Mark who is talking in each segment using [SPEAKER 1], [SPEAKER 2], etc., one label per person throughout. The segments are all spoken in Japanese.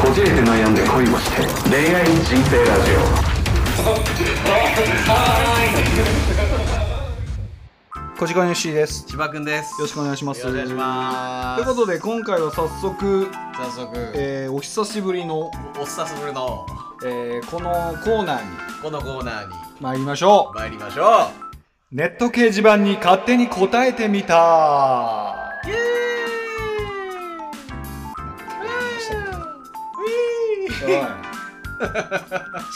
[SPEAKER 1] こじれて悩んで恋をして恋愛人生ラジ
[SPEAKER 2] こちらのよしーです。
[SPEAKER 3] 千葉くんです。
[SPEAKER 2] よろしくお願いします。
[SPEAKER 3] よろしくお願いしま
[SPEAKER 2] とい
[SPEAKER 3] す。
[SPEAKER 2] うことで今回は早速、
[SPEAKER 3] 早速、
[SPEAKER 2] えーお久しぶりの、
[SPEAKER 3] お久しぶりの
[SPEAKER 2] えーこのコーナーに
[SPEAKER 3] このコーナーに
[SPEAKER 2] 参りましょ
[SPEAKER 3] 参りましょ
[SPEAKER 2] う。ネット掲示板に勝手に答えてみた。
[SPEAKER 3] う。イエーイ。
[SPEAKER 2] おい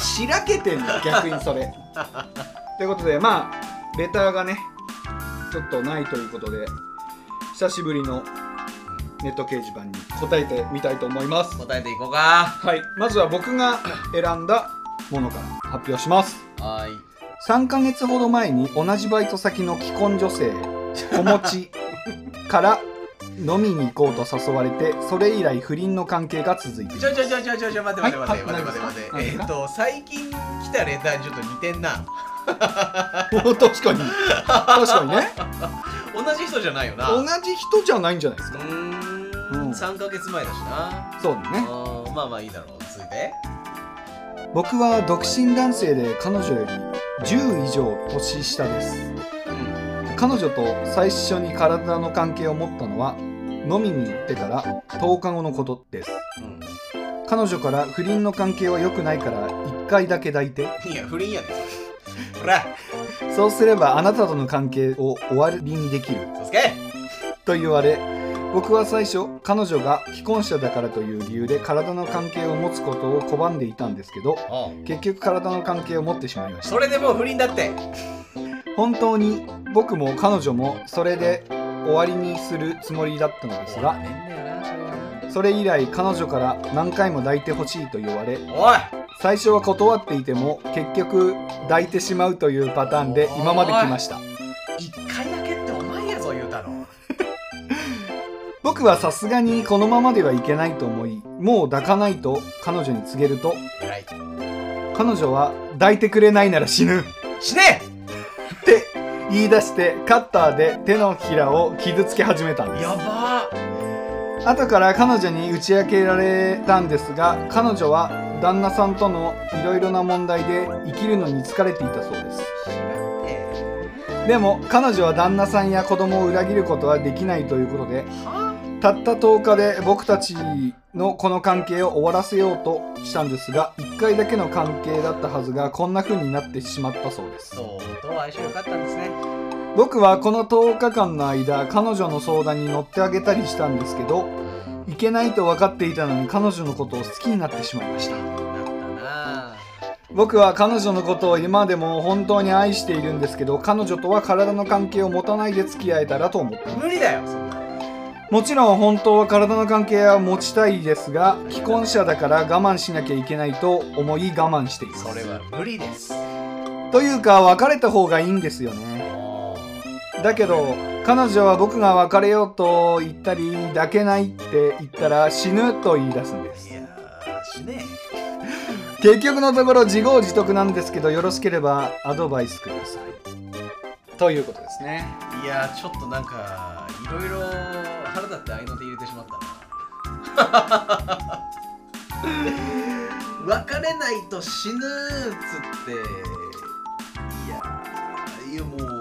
[SPEAKER 2] しらけてんの逆にそれ。ということでまあレターがねちょっとないということで久しぶりのネット掲示板に答えてみたいと思います。
[SPEAKER 3] 答えていこうか。
[SPEAKER 2] はい、まずは僕が選んだものから発表します。
[SPEAKER 3] はい。
[SPEAKER 2] 3ヶ月ほど前に同じバイト先の既婚女性、子持 ちから飲みに行こうと誘われて、それ以来不倫の関係が続いてい
[SPEAKER 3] ちょ
[SPEAKER 2] る。
[SPEAKER 3] ちょちょちょちょちょ待って待って
[SPEAKER 2] はい
[SPEAKER 3] 待って待って待って
[SPEAKER 2] はい
[SPEAKER 3] 待って。えーっと最近来たレターにちょっと似てんな。
[SPEAKER 2] 確かに。確かにね。
[SPEAKER 3] 同じ人じゃないよな。
[SPEAKER 2] 同
[SPEAKER 3] う
[SPEAKER 2] じ人じゃないんじゃないですか。う
[SPEAKER 3] ー
[SPEAKER 2] ん
[SPEAKER 3] ん。三ヶ月前だしな。
[SPEAKER 2] そうだね。
[SPEAKER 3] あーまあまあいいだろう。続いて。
[SPEAKER 2] 僕は独身男性で彼女より10以上年下です。
[SPEAKER 3] うん。
[SPEAKER 2] 彼女と最初に体の関係を持ったのは飲みに行ってから10日後のことです
[SPEAKER 3] うん。
[SPEAKER 2] 彼女から不倫の関係は良くないから1回だけ抱いて
[SPEAKER 3] いや、不倫やで。ほら、
[SPEAKER 2] そうすればあなたとの関係を終わりにできる
[SPEAKER 3] そすけ。
[SPEAKER 2] と言われ僕は最初彼女が既婚者だからという理由で体の関係を持つことを拒んでいたんですけど
[SPEAKER 3] お
[SPEAKER 2] 結局体の関係を持ってしまいました
[SPEAKER 3] それでもう不倫だって。
[SPEAKER 2] 本当に僕も彼女もそれで終わりにするつもりだったのですがそれ以来彼女から何回も抱いてほしいと言われ
[SPEAKER 3] おい。
[SPEAKER 2] 最初は断っていても結局抱いてしまうというパターンで今まで来ました
[SPEAKER 3] 一回だけってお前やぞ、言うたの。
[SPEAKER 2] 僕はさすがにこのままではいけないと思いもう抱かないと彼女に告げると
[SPEAKER 3] 偉い。
[SPEAKER 2] 彼女は抱いてくれないなら死ぬっ
[SPEAKER 3] 死ね
[SPEAKER 2] て言い出してカッターで手のひらを傷つけ始めたんです
[SPEAKER 3] やば
[SPEAKER 2] 後から彼女に打ち明けられたんですが彼女は旦那さんとのいろいろな問題で生きるのに疲れていたそうです
[SPEAKER 3] え
[SPEAKER 2] でも彼女は旦那さんや子供を裏切ることはできないということで
[SPEAKER 3] は
[SPEAKER 2] たった10日で僕たちのこの関係を終わらせようとしたんですが1回だけの関係だったはずがこんな風になってしまったそうです
[SPEAKER 3] そうと相性良かったんですね。
[SPEAKER 2] 僕はこの10日間の間彼女の相談に乗ってあげたりしたんですけどいけないと分かっていたのに彼女のことを好きになってしまいました
[SPEAKER 3] なったな
[SPEAKER 2] 僕は彼女のことを今でも本当に愛しているんですけど彼女とは体の関係を持たないで付き合えたらと思っています
[SPEAKER 3] 無理だよ、そんな。
[SPEAKER 2] もちろん本当は体の関係は持ちたいですが既婚者だから我慢しなきゃいけないと思い我慢しています
[SPEAKER 3] それは無理です。
[SPEAKER 2] というか別れた方がいいんですよねだけど彼女は僕が別れようと言ったり抱けないって言ったら死ぬと言い出すんです
[SPEAKER 3] いやー、死ね
[SPEAKER 2] 結局のところ自業自得なんですけどよろしければアドバイスくださいということですね
[SPEAKER 3] いやー、ちょっとなんか、いろいろ腹立って合いの手入れてしまったな。 別れないと死ぬーっつって、いやー、いやもう。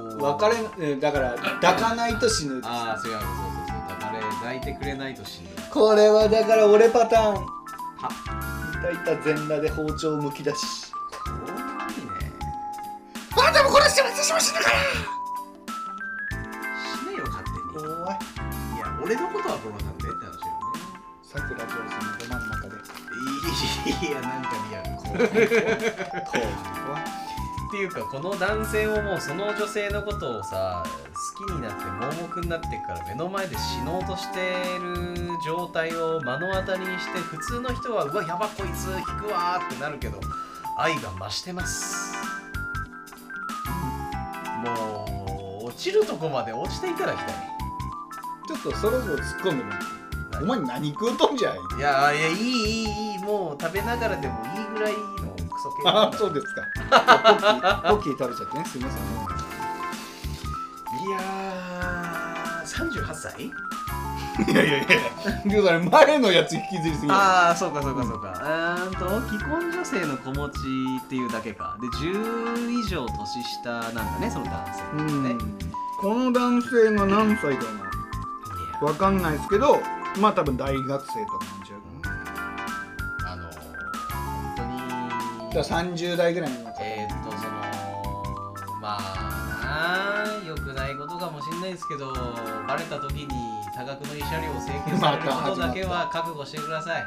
[SPEAKER 2] れだから抱かないと死ぬ
[SPEAKER 3] ああ、そうや、そうそうそう。だから抱いてくれないと死ぬ。
[SPEAKER 2] これはだから俺パターンはいたいた全裸で包丁むき出し
[SPEAKER 3] 多いね。
[SPEAKER 2] あでもこれして私も死ぬから
[SPEAKER 3] 死ねよ、勝手に。
[SPEAKER 2] 怖い
[SPEAKER 3] いや、俺のことは殺さんでって話よ
[SPEAKER 2] さくら上手のど真ん中で
[SPEAKER 3] ね。いや、なんかリアル。
[SPEAKER 2] 怖い
[SPEAKER 3] っていうかこの男性ももうその女性のことをさ好きになって盲目になってっから目の前で死のうとしてる状態を目の当たりにして普通の人はうわやばこいつ引くわーってなるけど愛が増してますもう落ちるとこまで落ちていただきたい
[SPEAKER 2] ちょっとそろそろ突っ込んでもいい
[SPEAKER 3] はい
[SPEAKER 2] お前何食うとんじゃ い
[SPEAKER 3] いやいやいいいいいいもう食べながらでもいいぐらいのクソ系
[SPEAKER 2] ああそうですかポッキーポッキー食べちゃってねすみません
[SPEAKER 3] いやー38歳
[SPEAKER 2] いやいやいやでもそれ前のやつ引きずりすぎだ
[SPEAKER 3] ああそうかそうかそうか、うーんと既婚女性の子持ちっていうだけかで10以上年下なんだねその男
[SPEAKER 2] う
[SPEAKER 3] 性ってね、い
[SPEAKER 2] んこの男性が何歳かなわかんないですけどまあ多分大学生とかなんちゃうかな
[SPEAKER 3] やあの本当
[SPEAKER 2] だ
[SPEAKER 3] に
[SPEAKER 2] から30代ぐらいの方
[SPEAKER 3] えーっとそのまあなあ良くないことかもしれないですけどバレた時に多額の慰謝料を請求されることだけは覚悟してください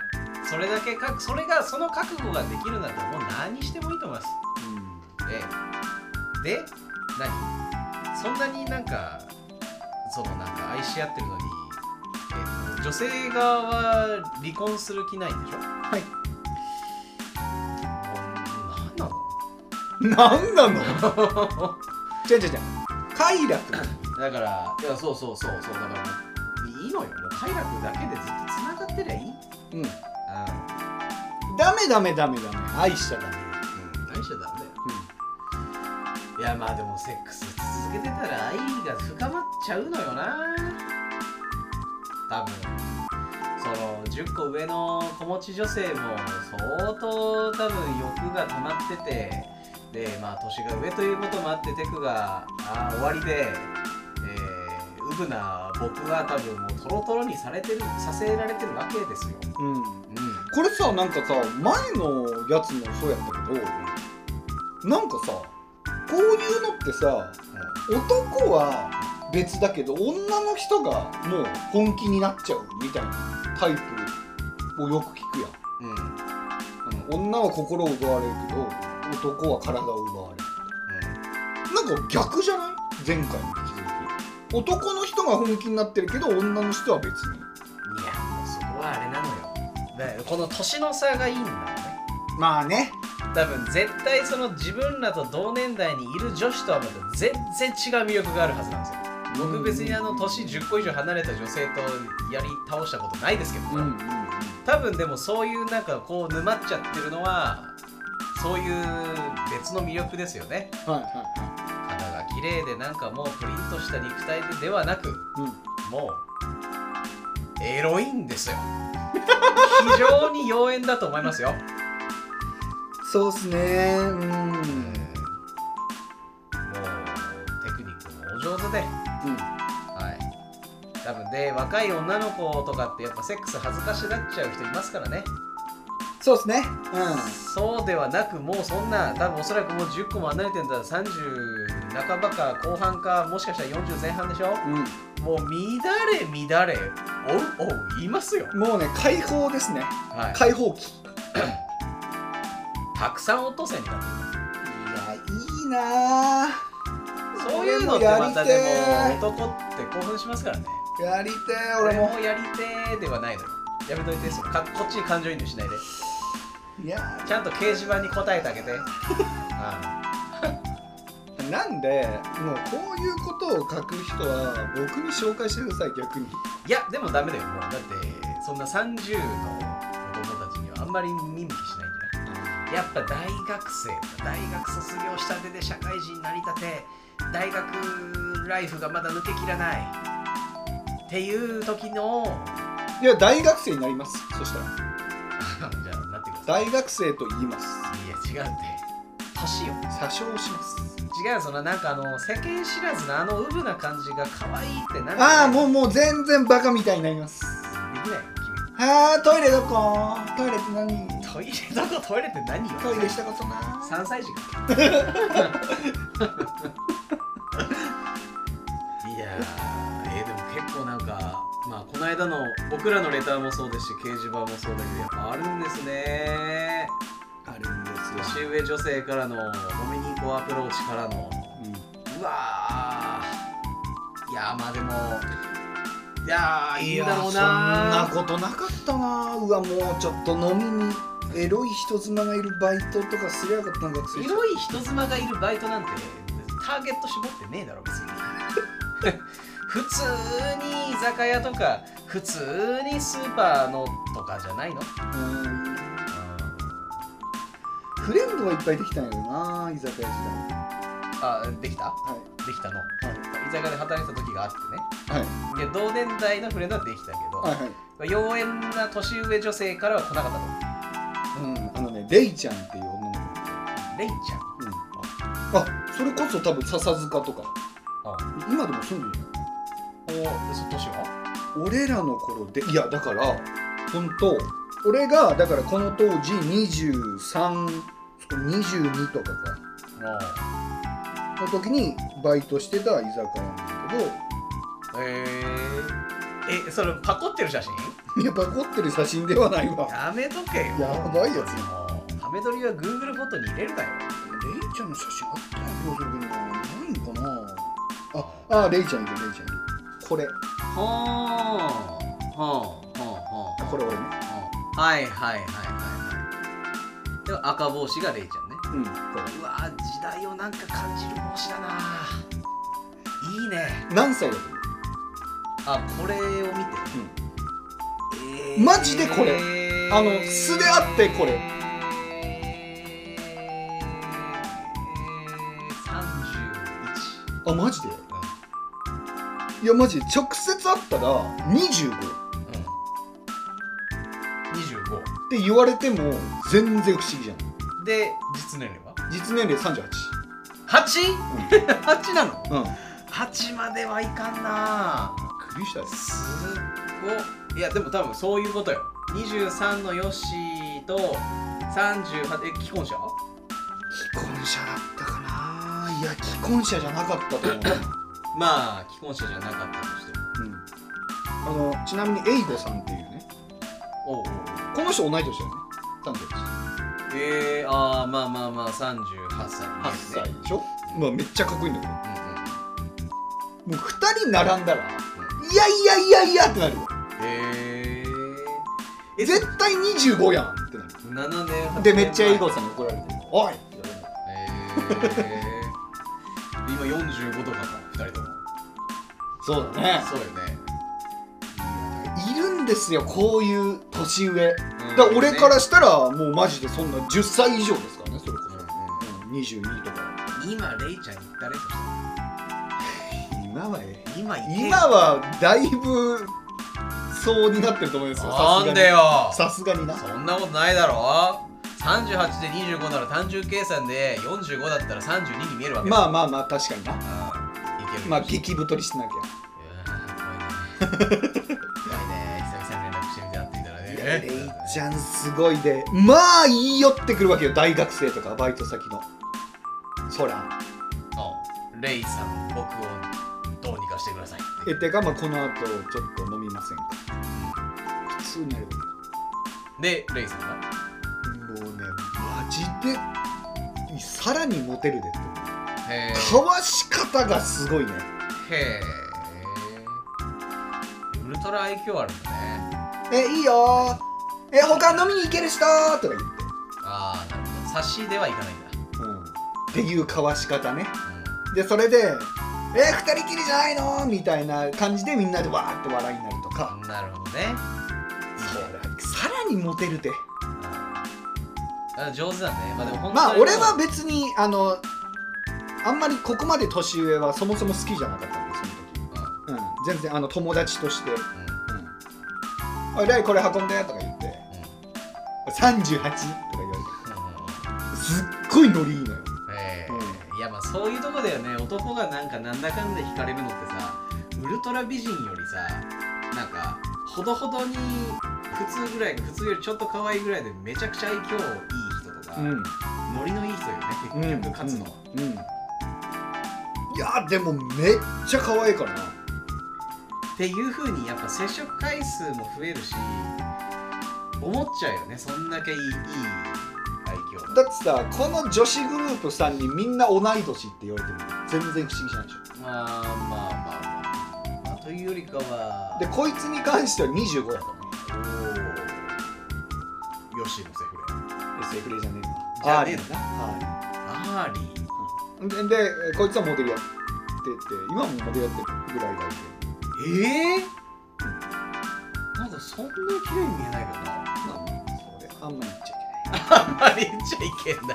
[SPEAKER 3] それだけかそれがその覚悟ができるならもう何してもいいと思いますでで何そんなになんかそのなんか愛し合ってるのに、えーと女性側は離婚する気ないんでしょ
[SPEAKER 2] はい
[SPEAKER 3] 何なの
[SPEAKER 2] 何なの違う違う違う快楽
[SPEAKER 3] だからいやそうそうそうそうだからもういいのよもう快楽だけでずっと繋がってりゃいいうん
[SPEAKER 2] うんダメダメダメダメ愛しちゃダメ
[SPEAKER 3] 何しちゃダメだよいやまあでもセックス続けてたら愛が深まっちゃうのよな多分その10個上の子持ち女性も相当多分欲が溜まっててでまあ年が上ということもあってテクがあー終わりで、えー、ウブな僕は多分もうトロトロにされてるさせられてるわけですよ、
[SPEAKER 2] うん、うん、
[SPEAKER 3] うん、
[SPEAKER 2] これさなんかさ前のやつもそうやったけどなんかさこういうのってさ男は別だけど女の人がもう本気になっちゃうみたいなタイプをよく聞くやん
[SPEAKER 3] うんうん
[SPEAKER 2] 女は心を奪われるけど男は体を奪われるなんか逆じゃない前回に引き続き男の人が本気になってるけど女の人は別に
[SPEAKER 3] いやもうそこはあれなのよだからこの年の差がいいんだよね
[SPEAKER 2] まあね
[SPEAKER 3] 多分絶対その自分らと同年代にいる女子とはまた全然違う魅力があるはずなんですよ僕別にあの年10個以上離れた女性とやり倒したことないですけども、
[SPEAKER 2] うんうん
[SPEAKER 3] 多分でもそういうなんかこう沼っちゃってるのはそういう別の魅力ですよね
[SPEAKER 2] はいはいは
[SPEAKER 3] 肌が綺麗でなんかもうプリンとした肉体でではなく
[SPEAKER 2] い、うん
[SPEAKER 3] もうエロいんですよ非常に妖艶だと思いますよ
[SPEAKER 2] そうっすねうん、うん、
[SPEAKER 3] もうテクニックもお上手ではい多分で若い女の子とかってやっぱセックス恥ずかしがっちゃう人いますからね
[SPEAKER 2] そうっすね
[SPEAKER 3] そうではなくもうそんな多分おそらくもう10個も離れてんだら30半ばか後半かもしかしたら40前半でしょ
[SPEAKER 2] うん、
[SPEAKER 3] もう乱れ乱れおうおう言いますよ
[SPEAKER 2] うん、もうね解放ですね
[SPEAKER 3] はい
[SPEAKER 2] 解放期
[SPEAKER 3] たくさん落とせになってる
[SPEAKER 2] いやいいなあ
[SPEAKER 3] そういうのってまたでも男って興奮しますからね。
[SPEAKER 2] やりてえ
[SPEAKER 3] 俺
[SPEAKER 2] 俺も
[SPEAKER 3] もやりてーではないのよ。やめといてそのかこっちに感情移入しないで。
[SPEAKER 2] いや
[SPEAKER 3] ちゃんと掲示板に答えてあげて。あ
[SPEAKER 2] なんでもうこういうことを書く人は僕に紹介してください逆に
[SPEAKER 3] あいや、でもダメだよ。もうだって、そんな30の子供たちにはあんまり見向きしないんじゃないやっぱ大学生、大学卒業したてで社会人になりたて、大学ライフがまだ抜けきらない。っていう時の、
[SPEAKER 2] いや大学生になりますそしたら
[SPEAKER 3] じゃあ、なってください。
[SPEAKER 2] 大学生と言います
[SPEAKER 3] いや違うって年よ
[SPEAKER 2] 詐称します
[SPEAKER 3] 違うそのなんかあの世間知らずのあのウブな感じが可愛いってなんか
[SPEAKER 2] ああもうもう全然バカみたいになります
[SPEAKER 3] できないよ
[SPEAKER 2] あートイレどこトイレって何
[SPEAKER 3] 君トイレどこトイレって何よ
[SPEAKER 2] トイレしたことない
[SPEAKER 3] 3歳児かいやーえー、でも結構なんかまあこの間の僕らのレターもそうですし掲示板もそうだけどやっぱあるんですね
[SPEAKER 2] あるんですよ
[SPEAKER 3] 年上女性からの飲みに行こうアプローチからのうわーいやーまあでもいやーいいんだろうな
[SPEAKER 2] そんなことなかったなうわもうちょっと飲みにエロい人妻がいるバイトとかすりゃよかったな学生時代
[SPEAKER 3] 広い人妻がいるバイトなんてターゲット絞ってねえだろ別に 普通に居酒屋とか普通にスーパーのとかじゃないの
[SPEAKER 2] うんフレンドはいっぱいできたんやけどな居酒屋時代
[SPEAKER 3] あできた
[SPEAKER 2] はい
[SPEAKER 3] できたの
[SPEAKER 2] はい
[SPEAKER 3] 居居酒屋で働いてた時があってね
[SPEAKER 2] はい
[SPEAKER 3] で同年代のフレンドはできたけど、
[SPEAKER 2] はいはい
[SPEAKER 3] 妖艶な年上女性からは来なかったの
[SPEAKER 2] うんあのねレイちゃんっていう女の子
[SPEAKER 3] レイちゃん
[SPEAKER 2] あそれこそ多分笹塚とか
[SPEAKER 3] あ
[SPEAKER 2] 今でも住んでるよ
[SPEAKER 3] おそ年は
[SPEAKER 2] 俺らの頃でいやだから本当俺がだからこの当時2322とかか
[SPEAKER 3] あ
[SPEAKER 2] の時にバイトしてた居酒屋なんだ
[SPEAKER 3] あへええそれパコってる写真
[SPEAKER 2] けどい やパコってる写真ではないわ
[SPEAKER 3] やめとけよ
[SPEAKER 2] やばいやつや
[SPEAKER 3] もうハメ撮りは Google フォトに入れるなよ
[SPEAKER 2] レイちゃんの写真あったよするけどなないんかなああレイちゃんいるレイちゃんいるこれ
[SPEAKER 3] ほーほーほーほー
[SPEAKER 2] これ俺ね
[SPEAKER 3] うんはいはいはいはいはいでも赤帽子がレイちゃんね
[SPEAKER 2] うんこれ
[SPEAKER 3] うわー時代をなんか感じる帽子だないいね
[SPEAKER 2] 何歳だと思う
[SPEAKER 3] あこれを見て、えー
[SPEAKER 2] マジでこれあの素であってこれ
[SPEAKER 3] えー
[SPEAKER 2] あマジでいやマジで直接会ったら25っ
[SPEAKER 3] 31うん25
[SPEAKER 2] て言われても全然不思議じゃん
[SPEAKER 3] で実年齢は
[SPEAKER 2] 実年齢38
[SPEAKER 3] 8?8、8なの
[SPEAKER 2] うん
[SPEAKER 3] ?8 まではいかんな
[SPEAKER 2] クリしたよ
[SPEAKER 3] すっごいやでも多分そういうことよ23のヨッシーと38え既婚者
[SPEAKER 2] 既婚者だったかないや既婚者じゃなかったと思うな、
[SPEAKER 3] まあ既婚者じゃなかったとしても
[SPEAKER 2] うん、あのちなみにエイゴさんっていうね
[SPEAKER 3] おうおう
[SPEAKER 2] この人同い年だよね38
[SPEAKER 3] えー、ああまあまあまあ38歳
[SPEAKER 2] 歳
[SPEAKER 3] ね
[SPEAKER 2] でしょ、まあ、めっちゃかっこいいんだけども
[SPEAKER 3] うんうん
[SPEAKER 2] う2人並んだらいやいやいやいやってなるよ
[SPEAKER 3] えー、え
[SPEAKER 2] 絶対25やんってなる
[SPEAKER 3] 7年8年
[SPEAKER 2] でめっちゃエイ
[SPEAKER 3] い
[SPEAKER 2] ゴさんに怒られて「おい!」って言われる
[SPEAKER 3] えー、今45とかか2人とも
[SPEAKER 2] そうだね
[SPEAKER 3] そうよね
[SPEAKER 2] いるんですよこういう年上だか
[SPEAKER 3] う
[SPEAKER 2] ら
[SPEAKER 3] ん
[SPEAKER 2] 俺からしたらもうマジでそんな10歳以上ですからねそれこ
[SPEAKER 3] うんうん
[SPEAKER 2] そ、うん、22とか
[SPEAKER 3] 今レイちゃん言ったれとしたら
[SPEAKER 2] 今はええ
[SPEAKER 3] 今言え
[SPEAKER 2] 今はだいぶそうになってると思いますよさすがに
[SPEAKER 3] なんでよ
[SPEAKER 2] さすがにな
[SPEAKER 3] そんなことないだろ38で25なら単純計算で45だったら32に見えるわけ
[SPEAKER 2] ま
[SPEAKER 3] あ
[SPEAKER 2] あまあまあ確かにな
[SPEAKER 3] あいける
[SPEAKER 2] まあ激太りしなき
[SPEAKER 3] うわー怖いね怖いね久々に連絡してみて会ってみたら
[SPEAKER 2] ゃ
[SPEAKER 3] ね
[SPEAKER 2] いやレイちゃんすごいでまあ言い寄ってくるわけよ大学生とかバイト先のそら
[SPEAKER 3] うんレイさん僕をどうにかしてくださいって
[SPEAKER 2] えてかまあこの後ちょっと飲みませんか普通になるわけよ
[SPEAKER 3] でレイさんが
[SPEAKER 2] もうねマジでさらにモテるでって
[SPEAKER 3] へ
[SPEAKER 2] かわし方がすごいね
[SPEAKER 3] えへえウルトラ愛嬌あるんだね
[SPEAKER 2] えいいよーえ他飲みに行ける人ーとか言って
[SPEAKER 3] ああなるほど差しではいかないんだ、
[SPEAKER 2] うんっていう交わし方ねでそれで「え二人きりじゃないの?」みたいな感じでみんなでわーって笑いになるとか
[SPEAKER 3] うん、なるほどね
[SPEAKER 2] それさらにモテるて
[SPEAKER 3] うんあ上手だねまあでも本当に
[SPEAKER 2] まあ俺は
[SPEAKER 3] もう
[SPEAKER 2] 別にあのあんまりここまで年上はそもそも好きじゃなかったんでその時、うん、全然あの友達として
[SPEAKER 3] うん
[SPEAKER 2] 「
[SPEAKER 3] うん
[SPEAKER 2] おいレイこれ運んで」とか言って「38」とか言われて
[SPEAKER 3] うんうん
[SPEAKER 2] すっごいノリいいのよ
[SPEAKER 3] ええいやまあそういうとこだよね男がなんかなんだかんだ惹かれるのってさウルトラ美人よりさなんかほどほどに普通ぐらい普通よりちょっと可愛いぐらいでめちゃくちゃ愛嬌いい人とか、
[SPEAKER 2] ん
[SPEAKER 3] ノリのいい人よね結局勝つのは、
[SPEAKER 2] うん、うんいやーでもめっちゃ可愛いからな
[SPEAKER 3] っていうふうにやっぱ接触回数も増えるし思っちゃうよねそんだけいいいい愛嬌
[SPEAKER 2] だってさこの女子グループさんにみんな同い年って言われてる全然不思議じゃないでしょ
[SPEAKER 3] まあまあまあまあ、まあ、というよりかは
[SPEAKER 2] でこいつに関しては25やから
[SPEAKER 3] おーヨッシーのセフレ
[SPEAKER 2] ねセフレじゃねえ
[SPEAKER 3] じゃ
[SPEAKER 2] わ
[SPEAKER 3] ねえのな
[SPEAKER 2] は
[SPEAKER 3] アーリー
[SPEAKER 2] いででこいつはモデルやってて今もモデルやってるぐらいがいて
[SPEAKER 3] ええなんかそんな綺麗に見えないけどな
[SPEAKER 2] まあまあそれあんまり言っちゃいけない
[SPEAKER 3] あんまり言っちゃいけない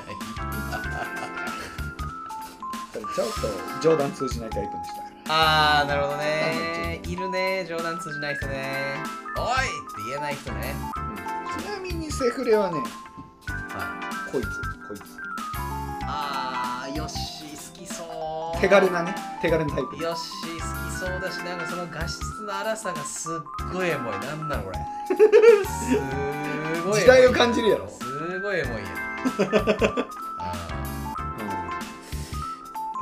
[SPEAKER 2] だからちょっと冗談通じないタイプでしたから
[SPEAKER 3] あーなるほどねいるね冗談通じない人ねおいって言えない人ね
[SPEAKER 2] ちなみにセフレはね
[SPEAKER 3] はい
[SPEAKER 2] こいつこいつ
[SPEAKER 3] あーよっしー好きそう
[SPEAKER 2] 手軽な ね手軽なタイプ
[SPEAKER 3] よっしー好きそうだしなんかその画質の荒さがすっごいエモいなんなのこ れすーごいエモい
[SPEAKER 2] 時代を感じるやろ
[SPEAKER 3] すごいエモいや あ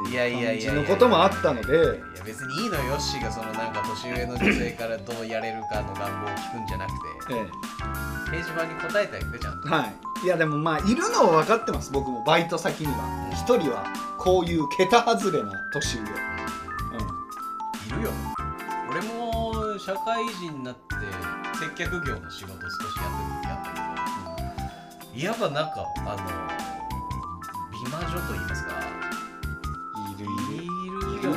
[SPEAKER 2] うん
[SPEAKER 3] いやいやいやいや
[SPEAKER 2] ってう感じのこともあったので
[SPEAKER 3] ーいや別にいいのよヨッシーがそのなんか年上の女性からどうやれるかの願望を聞くんじゃなくて
[SPEAKER 2] ええ
[SPEAKER 3] 掲示板に答えてあげてちゃんと
[SPEAKER 2] はい、いやでもまあいるのは分かってます僕もバイト先には一人はこういう桁外れな年上、う
[SPEAKER 3] いるよ俺も社会人になって接客業の仕事少しやってる時あったけど、いわばなんかあの美魔女と言いますか
[SPEAKER 2] ん、いる
[SPEAKER 3] いる
[SPEAKER 2] いるよね
[SPEAKER 3] よ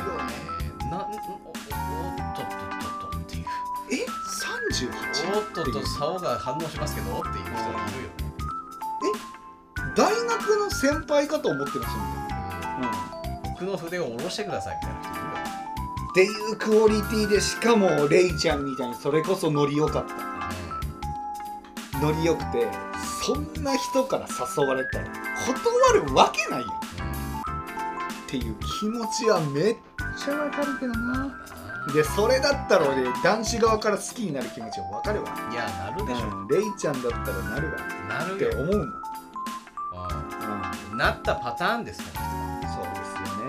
[SPEAKER 3] ねなおおおっとっとっとっとっていう
[SPEAKER 2] え
[SPEAKER 3] お
[SPEAKER 2] 38
[SPEAKER 3] っとっと竿が反応しますけどっていう人がいるよ、
[SPEAKER 2] 大学の先輩かと思ってましたね、
[SPEAKER 3] 僕の筆を下ろしてくださいみたいな人いるよ
[SPEAKER 2] っていうクオリティでしかもレイちゃんみたいにそれこそノリ良かったノリ良くてそんな人から誘われたら断るわけないよっていう気持ちはめっちゃわかるけどなでそれだったら俺男子側から好きになる気持ちもわかるわ、
[SPEAKER 3] いやなるでしょ、
[SPEAKER 2] うん、レイちゃんだったらなるわ
[SPEAKER 3] な
[SPEAKER 2] っ
[SPEAKER 3] る
[SPEAKER 2] て思
[SPEAKER 3] よ、
[SPEAKER 2] うもん、うん、
[SPEAKER 3] うんなったパターンですもん
[SPEAKER 2] そう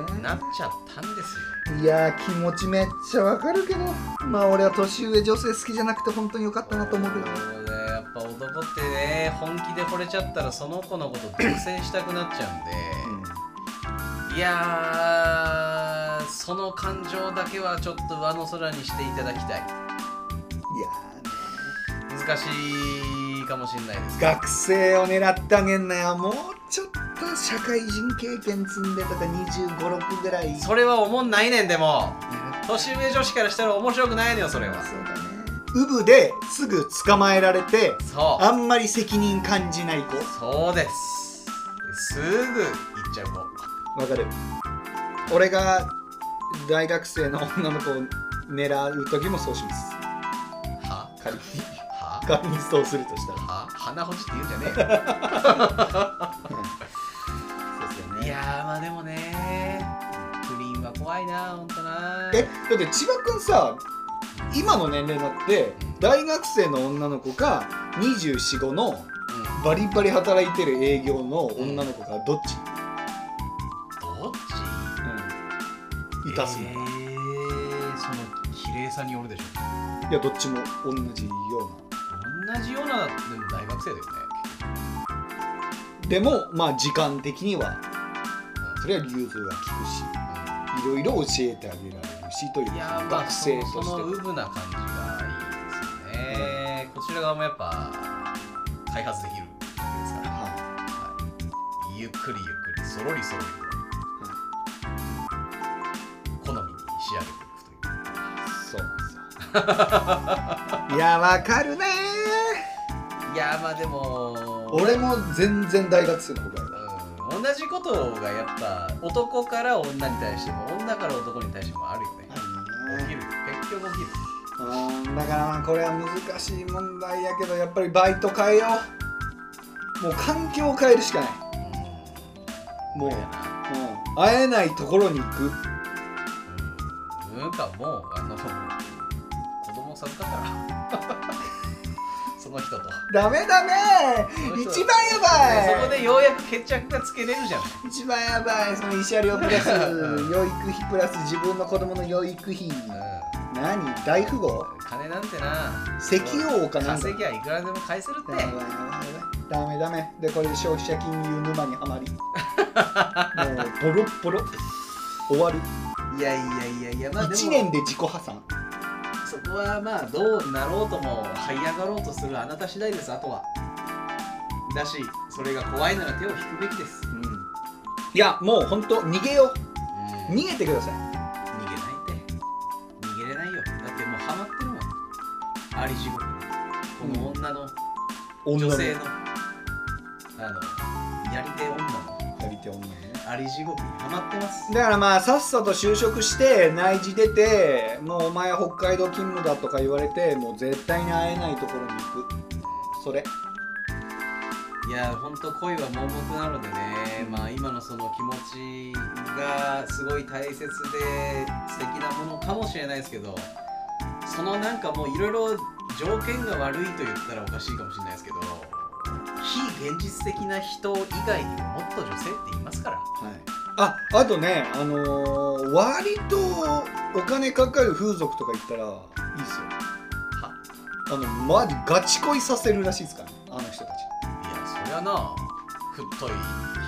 [SPEAKER 2] ですよ
[SPEAKER 3] なっちゃったんですよ。
[SPEAKER 2] ねいやー気持ちめっちゃわかるけどまあ俺は年上女性好きじゃなくて本当によかったなと思うけどね
[SPEAKER 3] そうねやっぱ男ってね本気で惚れちゃったらその子のこと独占したくなっちゃうんで、いやーその感情だけはちょっと上の空にしていただきた
[SPEAKER 2] い
[SPEAKER 3] い
[SPEAKER 2] や
[SPEAKER 3] 難しいかもしれないです
[SPEAKER 2] ー
[SPEAKER 3] けど
[SPEAKER 2] 学生を狙ってあげんなよもうちょっと社会人経験積んでとか2 5 6ぐらい
[SPEAKER 3] それは思んないねんでも
[SPEAKER 2] 狙って
[SPEAKER 3] 年上女子からしたら面白くないのよそれは
[SPEAKER 2] そうだねウブですぐ捕まえられて
[SPEAKER 3] そ
[SPEAKER 2] あんまり責任感じない子
[SPEAKER 3] うそうですすぐ行っちゃう子
[SPEAKER 2] わかる俺が大学生の女の子を狙う時もそうします
[SPEAKER 3] は
[SPEAKER 2] 仮に
[SPEAKER 3] は
[SPEAKER 2] 仮にそうするとしたら
[SPEAKER 3] は鼻ほじって言うんじゃねえよ
[SPEAKER 2] そうですよ
[SPEAKER 3] いやーまあでもね不倫は怖いなほんとな
[SPEAKER 2] えだって千葉君さ今の年齢になって大学生の女の子か245の
[SPEAKER 3] うん、
[SPEAKER 2] バリバリ働いてる営業の女の子がどっち、
[SPEAKER 3] どっち
[SPEAKER 2] いたすの、
[SPEAKER 3] えー、その綺麗さによるでしょ
[SPEAKER 2] いやどっちも同じよう
[SPEAKER 3] 同じようなでも大学生だよね
[SPEAKER 2] なでもまあ時間的にはそれは融通が利くしいろいろ教えてあげられるしという
[SPEAKER 3] いやーまあ
[SPEAKER 2] 学
[SPEAKER 3] そ
[SPEAKER 2] 生
[SPEAKER 3] の
[SPEAKER 2] と
[SPEAKER 3] その
[SPEAKER 2] し
[SPEAKER 3] ウブな感じがいいですよね、こちら側もやっぱ開発できるわけですか
[SPEAKER 2] て
[SPEAKER 3] ら、
[SPEAKER 2] はい
[SPEAKER 3] はい、ゆっくりゆっくりそろりそろりと好みに仕上げていくという
[SPEAKER 2] そうなんですよ いやわかるね
[SPEAKER 3] いやーまあでも
[SPEAKER 2] 俺も全然大学生の方がいいわ
[SPEAKER 3] うん同じことがやっぱ男から女に対しても女から男に対してもあるよね起きるよ結局起きる
[SPEAKER 2] うんだからまあこれは難しい問題やけどやっぱりバイト変えようもう環境を変えるしかない、
[SPEAKER 3] うん
[SPEAKER 2] もう
[SPEAKER 3] 無理やな
[SPEAKER 2] うん、会えないところに行く
[SPEAKER 3] うんうんかもうあの子供授かったらその人と
[SPEAKER 2] ダメダメ
[SPEAKER 3] そうそう
[SPEAKER 2] 一番やばい
[SPEAKER 3] そこでようやく決着がつけれるじゃない
[SPEAKER 2] 一番やばいその慰謝料プラス
[SPEAKER 3] うん
[SPEAKER 2] 養育費プラス自分の子供の養育費、何大富豪
[SPEAKER 3] 金なんてな
[SPEAKER 2] 石油王かなんだ
[SPEAKER 3] 稼ぎゃいくらでも返せるって
[SPEAKER 2] やばいやばいやばいダメダメでこれで消費者金融沼にはま りもうボロッボロ終わる、
[SPEAKER 3] いやいやいやいやまあでも
[SPEAKER 2] 1年で自己破産
[SPEAKER 3] そこはまあどうなろうとも這い上がろうとするあなた次第ですあとはだしそれが怖いなら手を引くべきですうん
[SPEAKER 2] いやもう本当逃げよう
[SPEAKER 3] 逃げ
[SPEAKER 2] 逃
[SPEAKER 3] ない
[SPEAKER 2] げてください
[SPEAKER 3] って逃げれないよだってもうハマってるもんあり地獄にこの女の、
[SPEAKER 2] 女の
[SPEAKER 3] 女性のあのやり手女の
[SPEAKER 2] やり手女のね
[SPEAKER 3] あり地獄にはまってます
[SPEAKER 2] だからまあさっさと就職して内地出てもうお前は北海道勤務だとか言われてもう絶対に会えないところに行くそれ
[SPEAKER 3] いや本当恋は盲目なのでねまあ今のその気持ちがすごい大切で素敵なものかもしれないですけどそのなんかもういろいろ条件が悪いと言ったらおかしいかもしれないですけど非現実的な人以外にももっと女性っていますから
[SPEAKER 2] はい、ああとね、あのー割とお金かかる風俗とか行ったらいいですよ
[SPEAKER 3] は
[SPEAKER 2] あのマジガチ恋させるらしいですからねあの人たち
[SPEAKER 3] いやそりゃなふっとい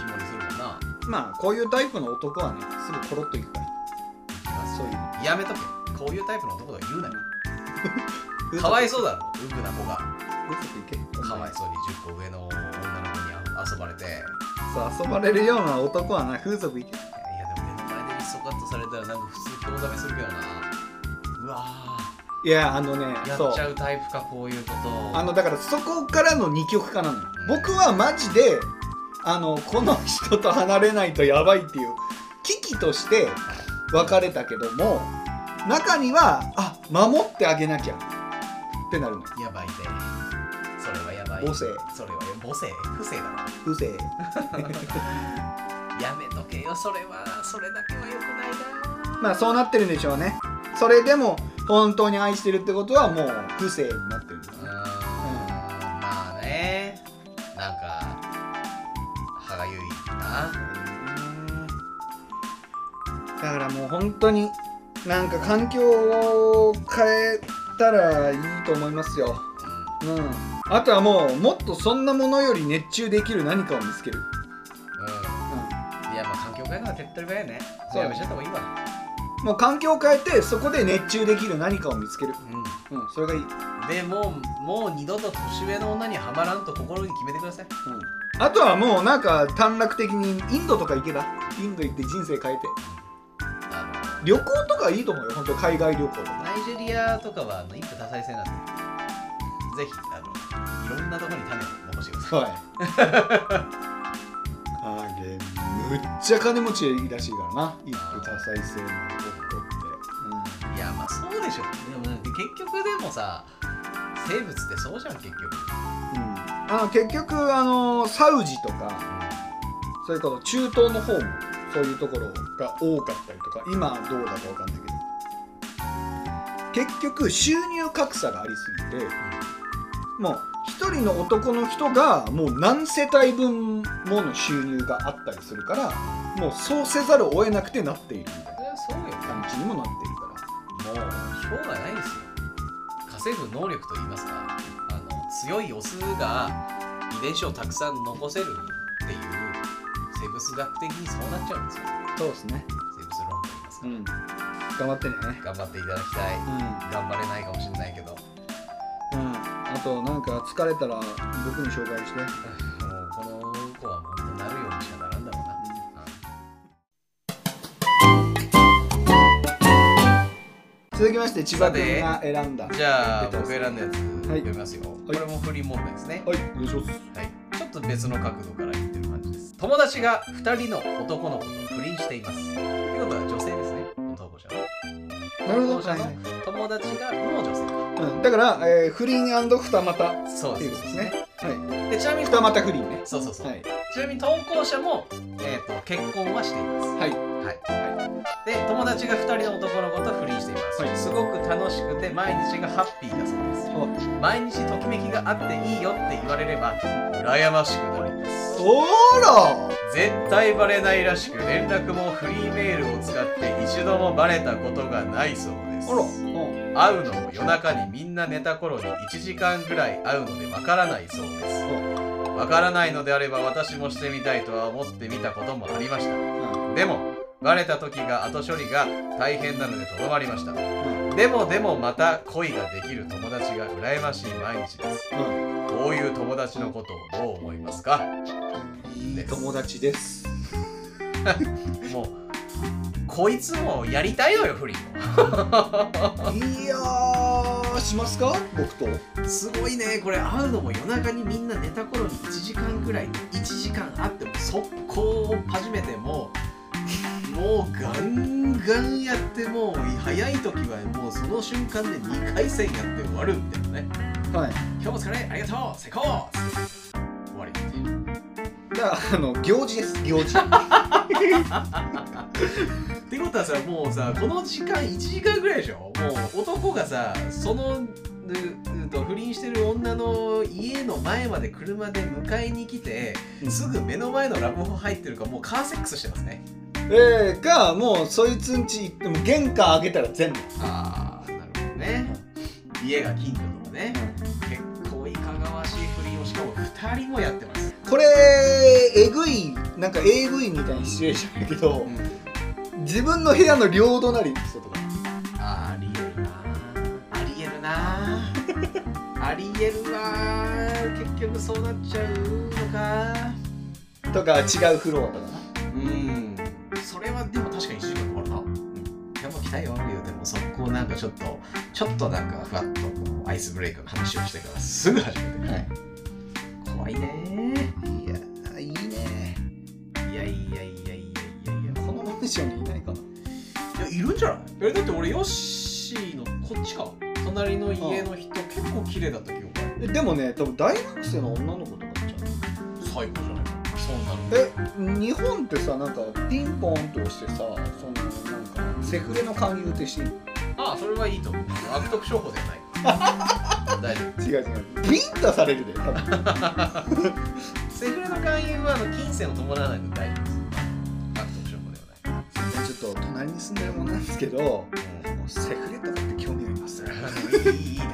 [SPEAKER 3] 紐にするもんな
[SPEAKER 2] まあこういうタイプの男はねすぐコロッといくからそういう
[SPEAKER 3] やめとけこういうタイプの男とは言うなよかわい
[SPEAKER 2] そ
[SPEAKER 3] そうだろウブな子が
[SPEAKER 2] う風俗行け
[SPEAKER 3] かわいそうに10個上の女の子に遊ばれていや
[SPEAKER 2] そう遊ばれるような男はな風俗行け
[SPEAKER 3] でも目の前でそかっとされたらなんか普通興ざめするけどなうわ
[SPEAKER 2] いやあのね
[SPEAKER 3] ーや
[SPEAKER 2] そう
[SPEAKER 3] っちゃうタイプかこういうこと
[SPEAKER 2] あのだからそこからの二極化なのよ僕はマジであのこの人と離れないとやばいっていう危機として別れたけども中にはあ守ってあげなきゃってなるのよ
[SPEAKER 3] やばいねそれはやばい
[SPEAKER 2] 母性
[SPEAKER 3] それは母性不正だろ
[SPEAKER 2] 不正
[SPEAKER 3] やめとけよそれはそれだけはよくないな
[SPEAKER 2] まあそうなってるんでしょうねそれでも本当に愛してるってことはもう不正になってるんだ
[SPEAKER 3] うーんまあねなんか歯がゆいな
[SPEAKER 2] だからもう本当になんか環境を変えたらいいと思いますよ
[SPEAKER 3] う
[SPEAKER 2] うん、あとはもうもっとそんなものより熱中できる何かを見つける、
[SPEAKER 3] ん、うん、いやまあ環境変えるのは手っ取り早いね
[SPEAKER 2] そう
[SPEAKER 3] やめちゃった方がいいわ
[SPEAKER 2] もう環境を変えてそこで熱中できる何かを見つける、
[SPEAKER 3] うん
[SPEAKER 2] うん、それがいい、うん、
[SPEAKER 3] でもうもう二度と年上の女にはまらんと心に決めてください
[SPEAKER 2] あとはもうなんか短絡的にインドとか行けばインド行って人生変えて
[SPEAKER 3] あ
[SPEAKER 2] 旅行とかいいと思うよ本当海外旅行と
[SPEAKER 3] の
[SPEAKER 2] か
[SPEAKER 3] ナイジェリアとかはあの一夫多妻制なんでぜひあのいろんなところに種を残してください
[SPEAKER 2] はいあれむっちゃ金持ちらしいからな一夫多妻制の夫って、
[SPEAKER 3] いやまあそうでしょでもなんか結局でもさ生物ってそうじゃん結局、
[SPEAKER 2] うんうん、あの結局あのサウジとかそれから中東の方もそういうところが多かったりとか今どうだか分かんないけど結局収入格差がありすぎてもう一人の男の人がもう何世帯分もの収入があったりするからもうそうせざるを得なくてなっているみたい
[SPEAKER 3] それはそうよ
[SPEAKER 2] な感じにもなっているから。
[SPEAKER 3] もうしょうがないですよ稼ぐ能力といいますかあの強いオスが遺伝子をたくさん残せるっていう生物学的にそうなっちゃうんですよ
[SPEAKER 2] そうですね、
[SPEAKER 3] 生物論といいますか、
[SPEAKER 2] うん、頑張ってね、
[SPEAKER 3] 頑張っていただきたい
[SPEAKER 2] うん
[SPEAKER 3] 頑張れないかもしれないけどもう
[SPEAKER 2] うん、あとなんか疲れたら僕に紹介して。
[SPEAKER 3] この子は本当なるようにしかならんだろうな、
[SPEAKER 2] 続きまして千葉君が選んだ
[SPEAKER 3] うんじゃあ
[SPEAKER 2] 出てま
[SPEAKER 3] 僕
[SPEAKER 2] す
[SPEAKER 3] 選んだやつ
[SPEAKER 2] はい
[SPEAKER 3] 読みますよ、これも不倫問題ですね、
[SPEAKER 2] はい、お願いします。
[SPEAKER 3] はい、ちょっと別の角度から言ってる感じです友達が2人の男の子と不倫していますということは女性ですねこの投稿者は
[SPEAKER 2] なるほど、
[SPEAKER 3] 投稿者の友達がもう女性か
[SPEAKER 2] うん、だから、えー、不倫二股っ
[SPEAKER 3] そう
[SPEAKER 2] てい
[SPEAKER 3] で
[SPEAKER 2] うこと
[SPEAKER 3] す
[SPEAKER 2] ですね。はい、
[SPEAKER 3] でちなみに
[SPEAKER 2] 二股不倫ね。
[SPEAKER 3] そうそうそう、
[SPEAKER 2] はい、
[SPEAKER 3] ちなみに投稿者も、えー、と結婚はしています
[SPEAKER 2] はい、
[SPEAKER 3] はい、で友達が2人の男の子と不倫しています、
[SPEAKER 2] はい
[SPEAKER 3] すごく楽しくて毎日がハッピーだそうです
[SPEAKER 2] お、
[SPEAKER 3] 毎日ときめきがあっていいよって言われれば羨ましくなります
[SPEAKER 2] そら。
[SPEAKER 3] 絶対バレないらしく連絡もフリーメールを使って一度もバレたことがないそうです
[SPEAKER 2] あら、うん、
[SPEAKER 3] 会うのも夜中にみんな寝た頃に1時間ぐらい会うのでわからないそうですわからないのであれば私もしてみたいとは思ってみたこともありましたでもバレた時が後処理が大変なのでとどまりましたでもでもまた恋ができる友達が羨ましい毎日です
[SPEAKER 2] うん、
[SPEAKER 3] こういう友達のことをどう思いますか
[SPEAKER 2] うん、いい友達です。
[SPEAKER 3] もうこいつもやりたいのよ不
[SPEAKER 2] い
[SPEAKER 3] 倫
[SPEAKER 2] やー、しますか、僕と。
[SPEAKER 3] すごいねこれ会うのも夜中にみんな寝た頃に1時間ぐらい1時間あっても速攻を始めてもうもうガンガンやってもう早い時はもうその瞬間で2回戦やって終わるみたいなね
[SPEAKER 2] はい
[SPEAKER 3] 今日もお疲れありがとう成功終わりっていう
[SPEAKER 2] だからあの行事です行事
[SPEAKER 3] ってことはさもうさこの時間1時間ぐらいでしょもう男がさそのううんと不倫してる女の家の前まで車で迎えに来てすぐ目の前のラブホ入ってるからもうカーセックスしてますね
[SPEAKER 2] えー、かもうそいつんち行っても玄関開けたら全部
[SPEAKER 3] ああなるほどね家が近所とかね結構いかがわしい不倫をしかも2人もやってます、
[SPEAKER 2] これえぐいなんか AV みたいなシチュエーションだけど自分の部屋の両隣の人とか
[SPEAKER 3] あーありえるなありえるなありえるな結局そうなっちゃうのか
[SPEAKER 2] とか違うフロアとかな
[SPEAKER 3] うんそれはでも確かに一時間かかるなでも期待はあるよでもそこをなんかちょっとちょっとなんかふわっとこうアイスブレイクの話をしてからすぐ始めて、
[SPEAKER 2] はい、
[SPEAKER 3] 怖いね
[SPEAKER 2] いやいいね
[SPEAKER 3] いやいやいやいやいやいや
[SPEAKER 2] このマンションにいないかない
[SPEAKER 3] やいるんじゃないえだって俺ヨッシーのこっちか隣の家の人結構綺麗だった記憶ある
[SPEAKER 2] えでもね多分大学生の女の子とかじゃん
[SPEAKER 3] 最高じゃないかそんなの
[SPEAKER 2] え日本ってさなんかピンポンと押してさそのなんかセフレの勧誘ってしてんの
[SPEAKER 3] ああそれはいいと思う悪徳商法ではない 大丈夫
[SPEAKER 2] 違う違うビンタされるで多分
[SPEAKER 3] セフレの勧誘はあの金銭を伴わないので大丈夫です悪徳商法ではない
[SPEAKER 2] ちょっと隣に住んでるもんなんですけどもうセフレとかって興味あります
[SPEAKER 3] いいね いいね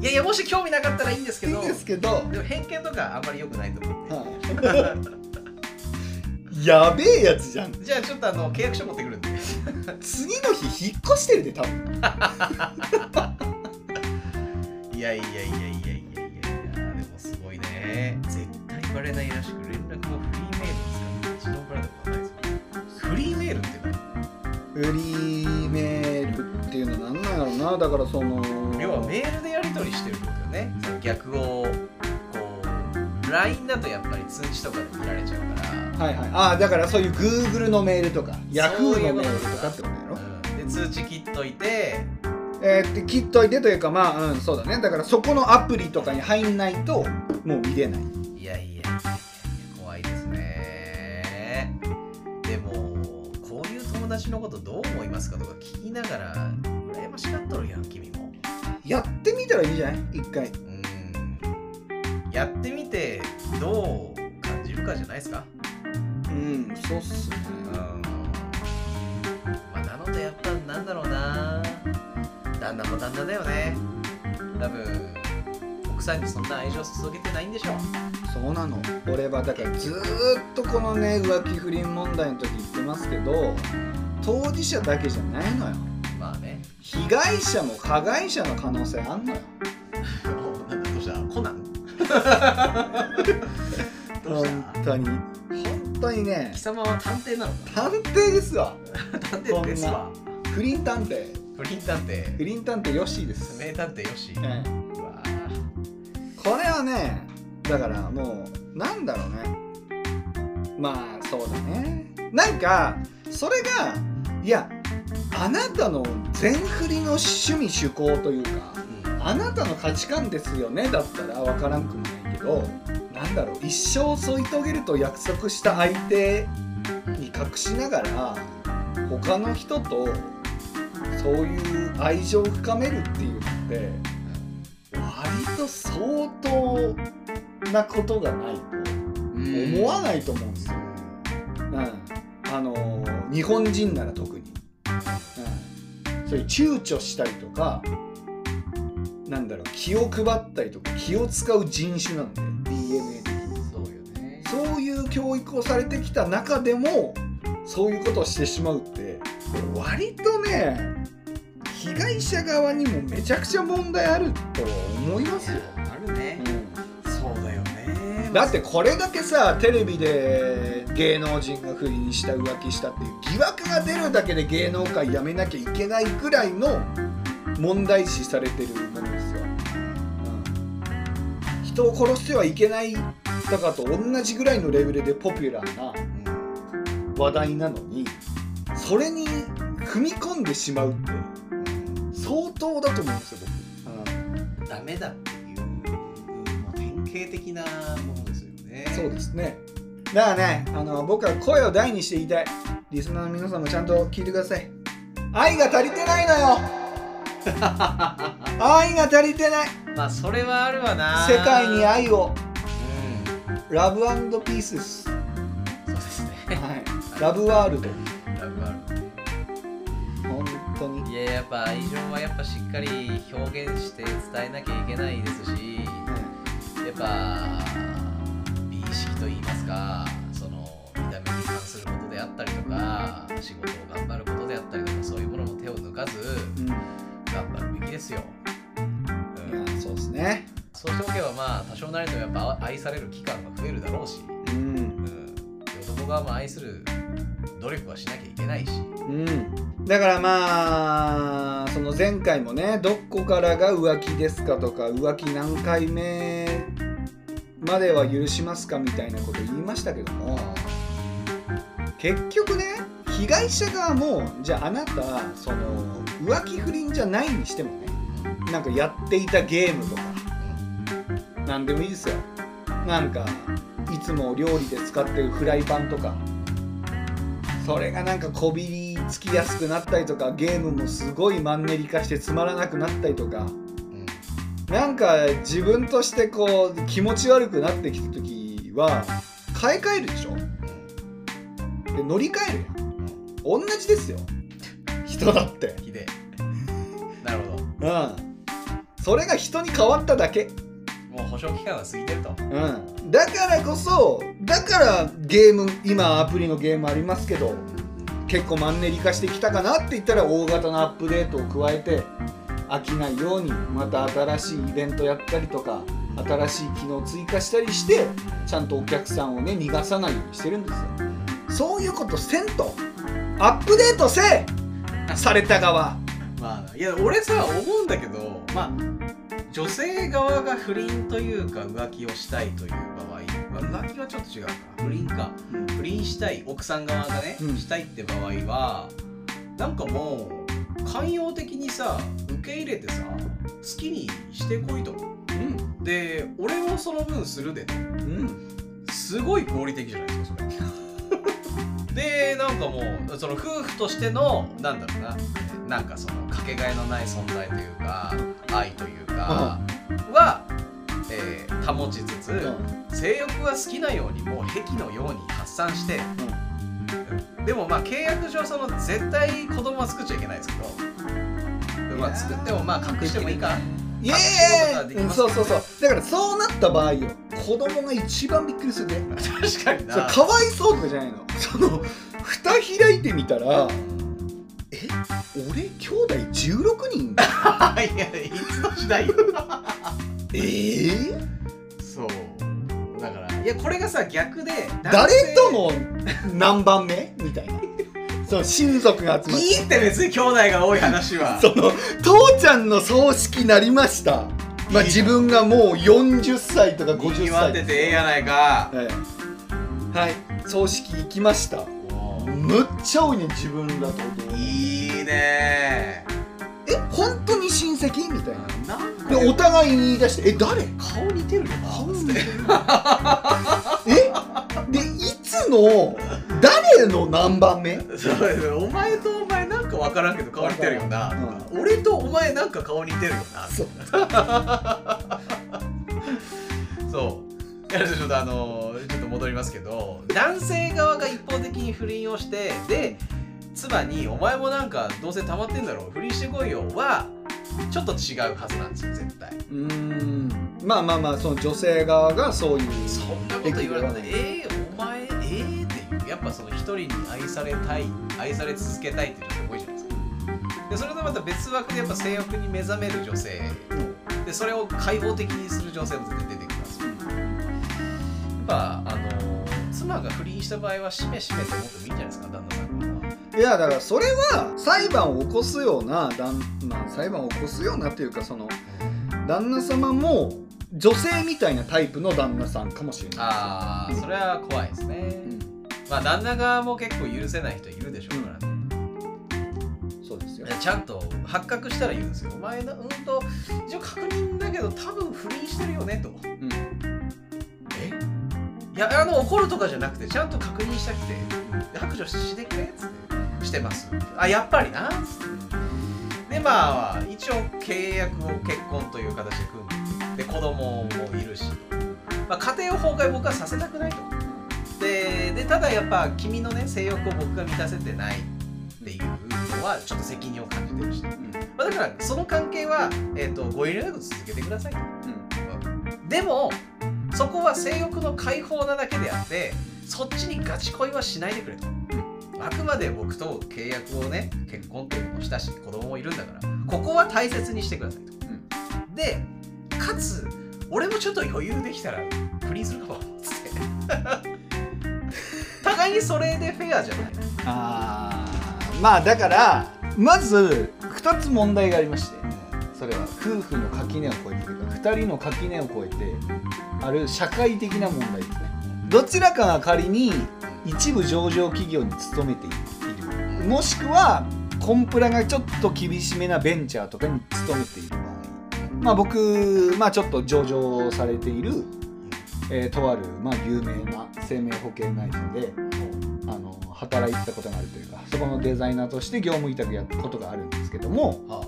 [SPEAKER 3] いやいやもし興味なかったらいいんですけ
[SPEAKER 2] いい
[SPEAKER 3] ど
[SPEAKER 2] ですけど
[SPEAKER 3] でも偏見とかあんまり良くないと思うんで
[SPEAKER 2] はいやべえやつじゃん
[SPEAKER 3] じゃあちょっとあの契約書持ってくるんで
[SPEAKER 2] 次の日引っ越してるで多分
[SPEAKER 3] いやいやいやいやいやいやいやでもすごいね絶対バレないらしく連絡もフリーメールに使ってうちのバレたことはないですよフリーメールって
[SPEAKER 2] フリーメールっていうのはなんなんやろうなだからその
[SPEAKER 3] 何要はメールでやり取りしてることよねその逆をこう LINE だとやっぱり通知とかで見られちゃうから
[SPEAKER 2] はいはいああだからそういう Google のメールとか Yahoo のメールとかってことやろ
[SPEAKER 3] うんで通知切っといて
[SPEAKER 2] えー、って切っといてというかまあうんそうだねだからそこのアプリとかに入んないともう見れない
[SPEAKER 3] いやいやいやいや怖いですねでもこういう友達のことどう思いますかとか聞きながら羨ましがっとるやん君も
[SPEAKER 2] やってみたらいいんじゃない一回
[SPEAKER 3] うんやってみてどう感じるかじゃないですか
[SPEAKER 2] うんそうっすね
[SPEAKER 3] うんまあなのでやっぱなんだろうな旦那も旦那だよね多分奥さんにそんな愛情注げてないんでしょう
[SPEAKER 2] そうなの俺はだからずーっとこのね浮気不倫問題の時言ってますけど当事者だけじゃないのよ
[SPEAKER 3] まあね
[SPEAKER 2] 被害者も加害者の可能性あんのよ
[SPEAKER 3] おなんだどうしたコナン
[SPEAKER 2] 本
[SPEAKER 3] どうした
[SPEAKER 2] 当に本当にね
[SPEAKER 3] 貴様は探偵なのか
[SPEAKER 2] 探偵ですわ
[SPEAKER 3] 探偵ですわ
[SPEAKER 2] 不倫探偵
[SPEAKER 3] 不倫探
[SPEAKER 2] 不
[SPEAKER 3] 偵
[SPEAKER 2] 倫探偵よしーです、
[SPEAKER 3] 名探偵よし、
[SPEAKER 2] ええ
[SPEAKER 3] うわ
[SPEAKER 2] これはねだからもうなんだろうねまあそうだねなんかそれがいやあなたの全振りの趣味趣向というか
[SPEAKER 3] うん
[SPEAKER 2] あなたの価値観ですよねだったら分からんくもないけどなんだろう一生添い遂げると約束した相手に隠しながら他の人とそういう愛情を深めるっていうのって割と相当なことがないと思わないと思うんですよ。うん、あのー日本人なら特に、うん、そういう躊躇したりとかなんだろう気を配ったりとか気を使う人種なんで DNA 的に
[SPEAKER 3] そうよね
[SPEAKER 2] そういう教育をされてきた中でもそういうことをしてしまうってこれ割とね被害者側にもめちゃくちゃ問題あると思いますよ。
[SPEAKER 3] いやあるね、
[SPEAKER 2] うん
[SPEAKER 3] そうだよね
[SPEAKER 2] だってこれだけさテレビで芸能人が不倫した浮気したっていう疑惑が出るだけで芸能界やめなきゃいけないくらいの問題視されてるものですよ、うん人を殺してはいけないとかと同じぐらいのレベルでポピュラーな
[SPEAKER 3] うん
[SPEAKER 2] 話題なのにそれに踏み込んでしまうって相当だと思うんですよ僕、
[SPEAKER 3] ダメだっていうもう典型的なものですよね
[SPEAKER 2] そうですねだからねあの僕は声を大にして言いたいリスナーの皆さんもちゃんと聞いてください愛が足りてないの よ愛が足りてない
[SPEAKER 3] まあそれはあるわな
[SPEAKER 2] 世界に愛を
[SPEAKER 3] う
[SPEAKER 2] ラブピースです、は
[SPEAKER 3] んそうですね
[SPEAKER 2] い、ラブワールド
[SPEAKER 3] ラブある
[SPEAKER 2] 本当に
[SPEAKER 3] いややっぱ愛情はやっぱしっかり表現して伝えなきゃいけないですしやっぱ美意識といいますかその見た目に関することであったりとか仕事を頑張ることであったりとかそういうものも手を抜かず
[SPEAKER 2] うん、い
[SPEAKER 3] 頑張るべきですよ、うん、
[SPEAKER 2] やそうですね
[SPEAKER 3] そうしておけばまあ多少なりともやっぱ愛される期間が増えるだろうし、
[SPEAKER 2] うん
[SPEAKER 3] うん、男側も愛する努力はしなきゃいけないし
[SPEAKER 2] うんだからまあその前回もねどこからが浮気ですかとか浮気何回目までは許しますかみたいなこと言いましたけども結局ね被害者側もじゃああなたその浮気不倫じゃないにしてもねなんかやっていたゲームとか何でもいいですよなんかいつも料理で使ってるフライパンとかそれがなんかこびりつきやすくなったりとかゲームもすごいマンネリ化してつまらなくなったりとか
[SPEAKER 3] うん
[SPEAKER 2] なんか自分としてこう気持ち悪くなってきた時は買い替えるでしょで乗り換えるやん同じですよ人だって
[SPEAKER 3] ひでえなるほ
[SPEAKER 2] う
[SPEAKER 3] ど
[SPEAKER 2] んそれが人に変わっただけ
[SPEAKER 3] もう保証期間は過ぎてると
[SPEAKER 2] うん、だからこそだからゲーム今アプリのゲームありますけど結構マンネリ化してきたかなって言ったら大型のアップデートを加えて飽きないようにまた新しいイベントやったりとか新しい機能追加したりしてちゃんとお客さんをね逃がさないようにしてるんですよそういうことせんとアップデートせえされた側
[SPEAKER 3] まあいや俺さ思うんだけどまあ女性側が不倫というか浮気をしたいという場合、まあ浮気はちょっと違うかな不倫か不倫したい奥さん側がね、
[SPEAKER 2] うん
[SPEAKER 3] したいって場合はなんかもう寛容的にさ受け入れてさ好きにしてこいと
[SPEAKER 2] うん
[SPEAKER 3] で俺もその分するでと
[SPEAKER 2] うん
[SPEAKER 3] すごい合理的じゃないですかそれでなんかもうその夫婦としてのなんだろうななんかそのかけがえのない存在というか愛というかは、えー保ちつつ、性欲は好きなようにもう癖のように発散して、でもまあ契約上その絶対子供は作っちゃいけないですけど、まあ、作ってもまあ隠してもいいか
[SPEAKER 2] イエーイうんそうそうそうだからそうなった場合よ子供が一番びっくりするね
[SPEAKER 3] 確かに
[SPEAKER 2] それ
[SPEAKER 3] な
[SPEAKER 2] かわいそうとかじゃないのそ の蓋開いてみたらえ俺兄弟16人
[SPEAKER 3] いやいつの時代よ
[SPEAKER 2] えー、
[SPEAKER 3] そうだからいやこれがさ逆で男
[SPEAKER 2] 誰
[SPEAKER 3] 性
[SPEAKER 2] との何番目みたいなその親族が集まっ
[SPEAKER 3] い
[SPEAKER 2] て
[SPEAKER 3] いって別に兄弟が多い話は
[SPEAKER 2] その父ちゃんの葬式なりましたまあ
[SPEAKER 3] いい
[SPEAKER 2] 自
[SPEAKER 3] じゃん
[SPEAKER 2] 分がもう40歳とか50歳
[SPEAKER 3] にわっててええやないか
[SPEAKER 2] ええはい葬式行きましたむっちゃ多いね自分だと
[SPEAKER 3] いいね
[SPEAKER 2] え本当に親戚みたいな
[SPEAKER 3] なんか
[SPEAKER 2] でお互いに言い出して「え誰
[SPEAKER 3] 顔似てるよな
[SPEAKER 2] 顔似てるえでいつの誰の何番目
[SPEAKER 3] そうお前とお前なんか分からんけど顔似てるよな、俺とお前なんか顔似てるよな
[SPEAKER 2] そう
[SPEAKER 3] そういやちょっとあのちょっと戻りますけど男性側が一方的に不倫をしてで妻に「お前もなんかどうせ溜まってんだろ不倫してこいよ」はちょっと違うはずなんですよ絶対
[SPEAKER 2] うーんまあまあまあその女性側がそういう
[SPEAKER 3] そんなこと言われたら「ええお前ええっていうやっぱその一人に愛されたい愛され続けたいっていう女性多いじゃないですかでそれとまた別枠でやっぱ性欲に目覚める女性でそれを開放的にする女性も絶対出てきますよやっぱあの妻が不倫した場合はしめしめと思ってもいいんじゃないですか旦那さんはい
[SPEAKER 2] やだからそれは裁判を起こすようなだん、まあ、裁判を起こすようなというかその旦那様も女性みたいなタイプの旦那さんかもしれない
[SPEAKER 3] ああそれは怖いですね、
[SPEAKER 2] うん
[SPEAKER 3] まあ旦那側も結構許せない人いるでしょうからね、
[SPEAKER 2] そうですよ
[SPEAKER 3] いやちゃんと発覚したら言うんですよお前のうんと一応確認だけど多分不倫してるよねと
[SPEAKER 2] うん
[SPEAKER 3] えいやあの怒るとかじゃなくてちゃんと確認したくて白状してくれっつってしてますあやっぱりなっつってでまあ一応契約を結婚という形で組んでで子供もいるし、まあ、家庭を崩壊僕はさせたくないとででただやっぱ君のね性欲を僕が満たせてないっていうのはちょっと責任を感じてるし、
[SPEAKER 2] うん
[SPEAKER 3] まあ、だからその関係は、えー、とご遠慮なく続けてくださいと
[SPEAKER 2] うん
[SPEAKER 3] でもそこは性欲の解放なだけであってそっちにガチ恋はしないでくれと、あくまで僕と契約をね結婚っていうのもしたし子供もいるんだからここは大切にしてくださいと、でかつ俺もちょっと余裕できたら不倫するかもつって 互いにそれでフェアじゃない
[SPEAKER 2] あーまあだからまず2つ問題がありましてそれは夫婦の垣根を越えてというか2人の垣根を越えてある社会的な問題ですねどちらかが仮に一部上場企業に勤めているもしくはコンプラがちょっと厳しめなベンチャーとかに勤めている場合まあ僕、まあ、ちょっと上場されている、えーとある、まあ、有名な生命保険会社であの働いてたことがあるというかそこのデザイナーとして業務委託やったことがあるんですけども、
[SPEAKER 3] は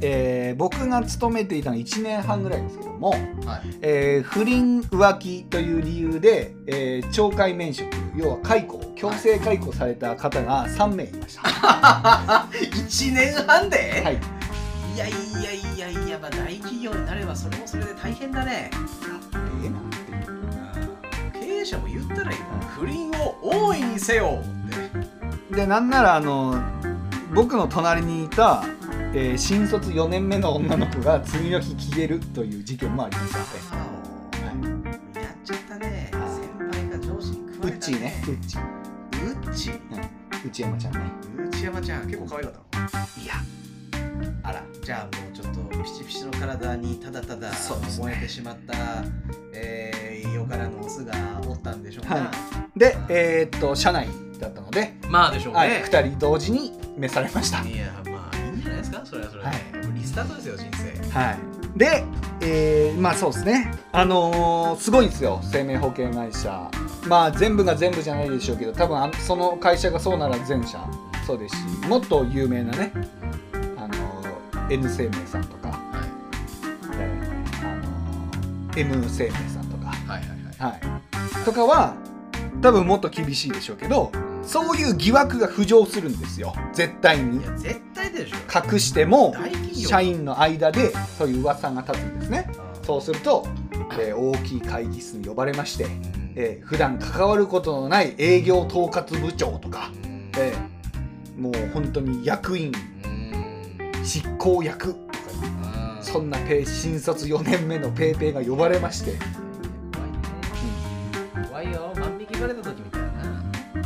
[SPEAKER 2] えー僕が勤めていたのは1年半ぐらいですけども、
[SPEAKER 3] あはい
[SPEAKER 2] えー不倫浮気という理由で、えー懲戒免職要は解雇強制解雇された方が3名いました。は
[SPEAKER 3] 1年半で、
[SPEAKER 2] い、
[SPEAKER 3] いやいやいやいや、まあ、大企業になればそれもそれで大変だね。
[SPEAKER 2] ええなっていう
[SPEAKER 3] 経営者も言ったらいいな。不倫を大いにせよって。
[SPEAKER 2] でなんならあの僕の隣にいた、えー新卒4年目の女の子が次の日消えるという事件もありましたので。
[SPEAKER 3] やっちゃったね。先輩が上司に食
[SPEAKER 2] ウ
[SPEAKER 3] われ
[SPEAKER 2] ッ
[SPEAKER 3] た
[SPEAKER 2] チーねウッチー
[SPEAKER 3] うっち。
[SPEAKER 2] 内山ちゃんね
[SPEAKER 3] 内山ちゃん、結構可愛かったの。
[SPEAKER 2] いや
[SPEAKER 3] あら、じゃあもうちょっとピチピチの体にただただ
[SPEAKER 2] そうですね
[SPEAKER 3] 燃えてしまった、えー、よからのオスがおったんでしょうか。
[SPEAKER 2] はでえーっと社内だったので、
[SPEAKER 3] まあでしょうね。
[SPEAKER 2] はい、2人同時に召されました
[SPEAKER 3] いやまあいいんじゃないですかそれはそれで、
[SPEAKER 2] はい
[SPEAKER 3] リスタートですよ人生
[SPEAKER 2] はいでえーまあそうですねあのーすごいんですよ生命保険会社まあ全部が全部じゃないでしょうけど多分あその会社がそうなら全社そうですしもっと有名なねあのー N 生命さんとか、
[SPEAKER 3] はい
[SPEAKER 2] えーあのー M 生命さんとか
[SPEAKER 3] はいはい
[SPEAKER 2] はい、とかは多分もっと厳しいでしょうけどそういう疑惑が浮上するんですよ絶対に
[SPEAKER 3] いや絶対でしょ
[SPEAKER 2] 隠しても
[SPEAKER 3] 大企業
[SPEAKER 2] 社員の間でそういう噂が立つんですねそううすると、えー大きい会議室に呼ばれまして、
[SPEAKER 3] ん
[SPEAKER 2] えー普段関わることのない営業統括部長とか
[SPEAKER 3] うん
[SPEAKER 2] えもう本当に役員
[SPEAKER 3] うん
[SPEAKER 2] 執行役とか
[SPEAKER 3] あー
[SPEAKER 2] そんなペイ新卒4年目のペイペイが呼ばれまして、
[SPEAKER 3] 怖いね怖いよ万引きバレた時みたいなな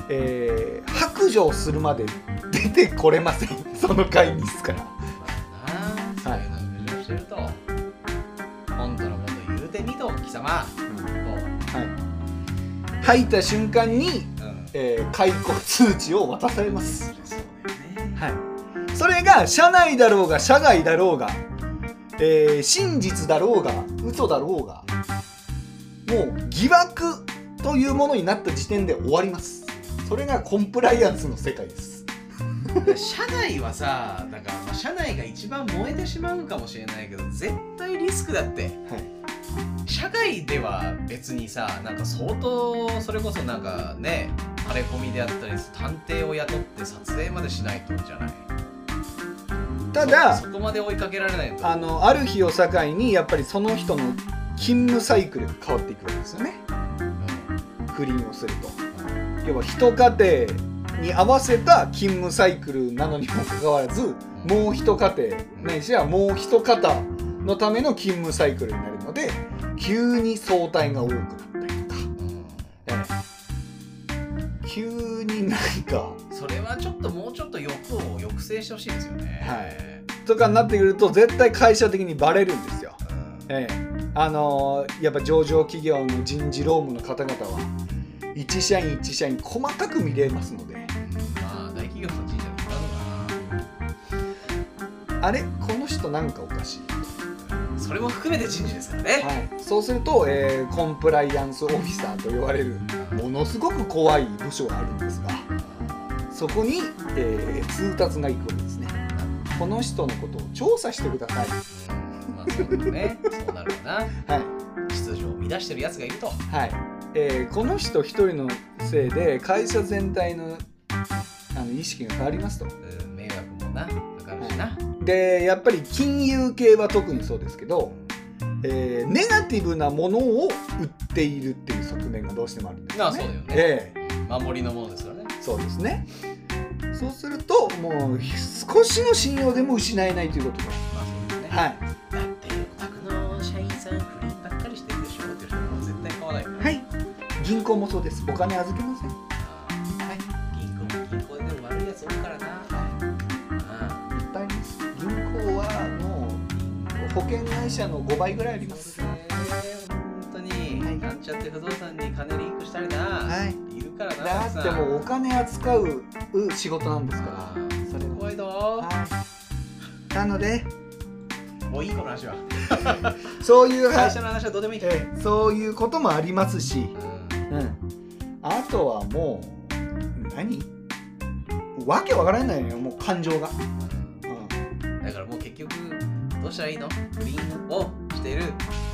[SPEAKER 2] えー白状するまで出てこれません その会議室から。
[SPEAKER 3] まあなそういうのを浮上してると、本当のこと言うてみと貴様と、
[SPEAKER 2] はい、入った瞬間に、
[SPEAKER 3] うん
[SPEAKER 2] えー解雇通知を渡されます、
[SPEAKER 3] そうだよね
[SPEAKER 2] はい、それが社内だろうが社外だろうが、えー真実だろうが嘘だろうがもう疑惑というものになった時点で終わりますそれがコンプライアンスの世界です
[SPEAKER 3] 社内はさだからまあ社内が一番燃えてしまうかもしれないけど絶対リスクだって
[SPEAKER 2] はい
[SPEAKER 3] 社外では別にさなんか相当それこそなんかねタレコミであったり探偵を雇って撮影までしないとじゃない
[SPEAKER 2] ただ
[SPEAKER 3] そそこまで追いかけられないと
[SPEAKER 2] あのある日を境にやっぱりその人の勤務サイクルが変わっていくわけですよね不倫をすると要は一家庭に合わせた勤務サイクルなのにもかかわらずもう一家庭ないしはもう一方のための勤務サイクルになるので急に相対が多くなったりとか、
[SPEAKER 3] うんうん
[SPEAKER 2] ええ急に何か
[SPEAKER 3] それはちょっともうちょっと欲を抑制してほしいですよね
[SPEAKER 2] はいとかになってくると絶対会社的にバレるんですよ。
[SPEAKER 3] うん
[SPEAKER 2] ええあのーやっぱ上場企業の人事労務の方々は一社員一社員細かく見れますので
[SPEAKER 3] まあ大企業の神社に行っ
[SPEAKER 2] あれこの人なんかおかしい
[SPEAKER 3] たのかなそれも含めて人事ですからね、
[SPEAKER 2] はい、そうすると、えーコンプライアンスオフィサーと呼ばれるものすごく怖い部署があるんですがそこに、えー通達が行くわけですねこの人のことを調査してください
[SPEAKER 3] まあそうだねそうなるよな
[SPEAKER 2] はい、
[SPEAKER 3] 秩序を乱してるやつがいると
[SPEAKER 2] はいえーこの人一人のせいで会社全体のあの意識が変わりますと
[SPEAKER 3] うん迷惑もなかかるしな、
[SPEAKER 2] でやっぱり金融系は特にそうですけど、えーネガティブなものを売っているっていう側面がどうしてもあるんです
[SPEAKER 3] まあ
[SPEAKER 2] ね
[SPEAKER 3] そうだよね、
[SPEAKER 2] ええ
[SPEAKER 3] 守りのものですからね
[SPEAKER 2] そうですね。そうすると、もう少しの信用でも失えないということで
[SPEAKER 3] まあそうですね、
[SPEAKER 2] はい。
[SPEAKER 3] だってお宅の社員さん不倫ばっかりしてるでしょっていう人は絶対買わないから
[SPEAKER 2] はい。銀行もそうです。お金預けません。
[SPEAKER 3] はい銀行も銀行でも悪いやつ多いからな
[SPEAKER 2] いっ
[SPEAKER 3] あ
[SPEAKER 2] ぱいあります。銀行はもう保険会社の5倍ぐらいあります。
[SPEAKER 3] 本当に、
[SPEAKER 2] はい
[SPEAKER 3] なんちゃって不動産に金リンクしたりな、
[SPEAKER 2] はい。
[SPEAKER 3] いるからな
[SPEAKER 2] だ
[SPEAKER 3] たくさ
[SPEAKER 2] っ
[SPEAKER 3] ん
[SPEAKER 2] てもうお金扱う仕事なんですか
[SPEAKER 3] あ
[SPEAKER 2] ら。
[SPEAKER 3] ー
[SPEAKER 2] それは。
[SPEAKER 3] 怖いぞ
[SPEAKER 2] はい。なので、
[SPEAKER 3] もういいこの話は
[SPEAKER 2] そういうは
[SPEAKER 3] 会社の話はどうでもいい、
[SPEAKER 2] ええそういうこともありますし。
[SPEAKER 3] うん
[SPEAKER 2] うん、あとはもう何わけわからないのよもう感情が、う
[SPEAKER 3] だからもう結局どうしたらいいの不倫をしている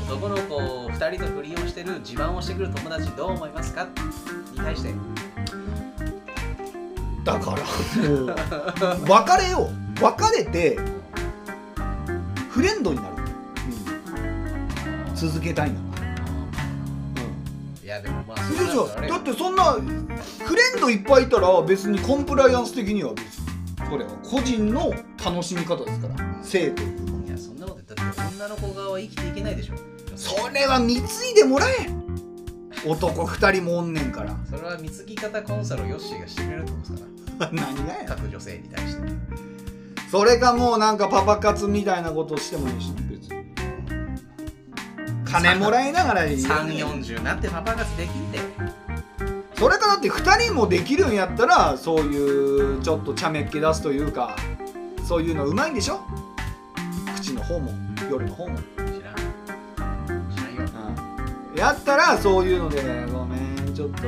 [SPEAKER 3] 男の子2人と不倫をしている自慢をしてくる友達どう思いますかに対して
[SPEAKER 2] ん、だからもう別れよう別れてフレンドになる、うん続けたいなら、
[SPEAKER 3] いやでもまあ
[SPEAKER 2] うん、そうじ
[SPEAKER 3] だ
[SPEAKER 2] ゃんだってそんなフレンドいっぱいいたら別にコンプライアンス的には別にそれは個人の楽しみ方ですから生というか
[SPEAKER 3] いやそんなこと言ったって女の子側は生きていけないでしょ
[SPEAKER 2] それは貢いでもらえ男2人もおんねんから
[SPEAKER 3] それは貢ぎ方コンサルをヨッシーがしてくれるってことですか
[SPEAKER 2] 何がや
[SPEAKER 3] ら各女性に対して
[SPEAKER 2] それかもうなんかパパ活みたいなことをしてもいいし別に金もらいながらいい
[SPEAKER 3] 340なってパパ活できんで
[SPEAKER 2] それかだって2人もできるんやったらそういうちょっとちゃめっ気出すというかそういうのうまいんでしょ口の方も夜の方も、
[SPEAKER 3] 知らん知らんよ
[SPEAKER 2] うん、やったらそういうのでごめんちょっと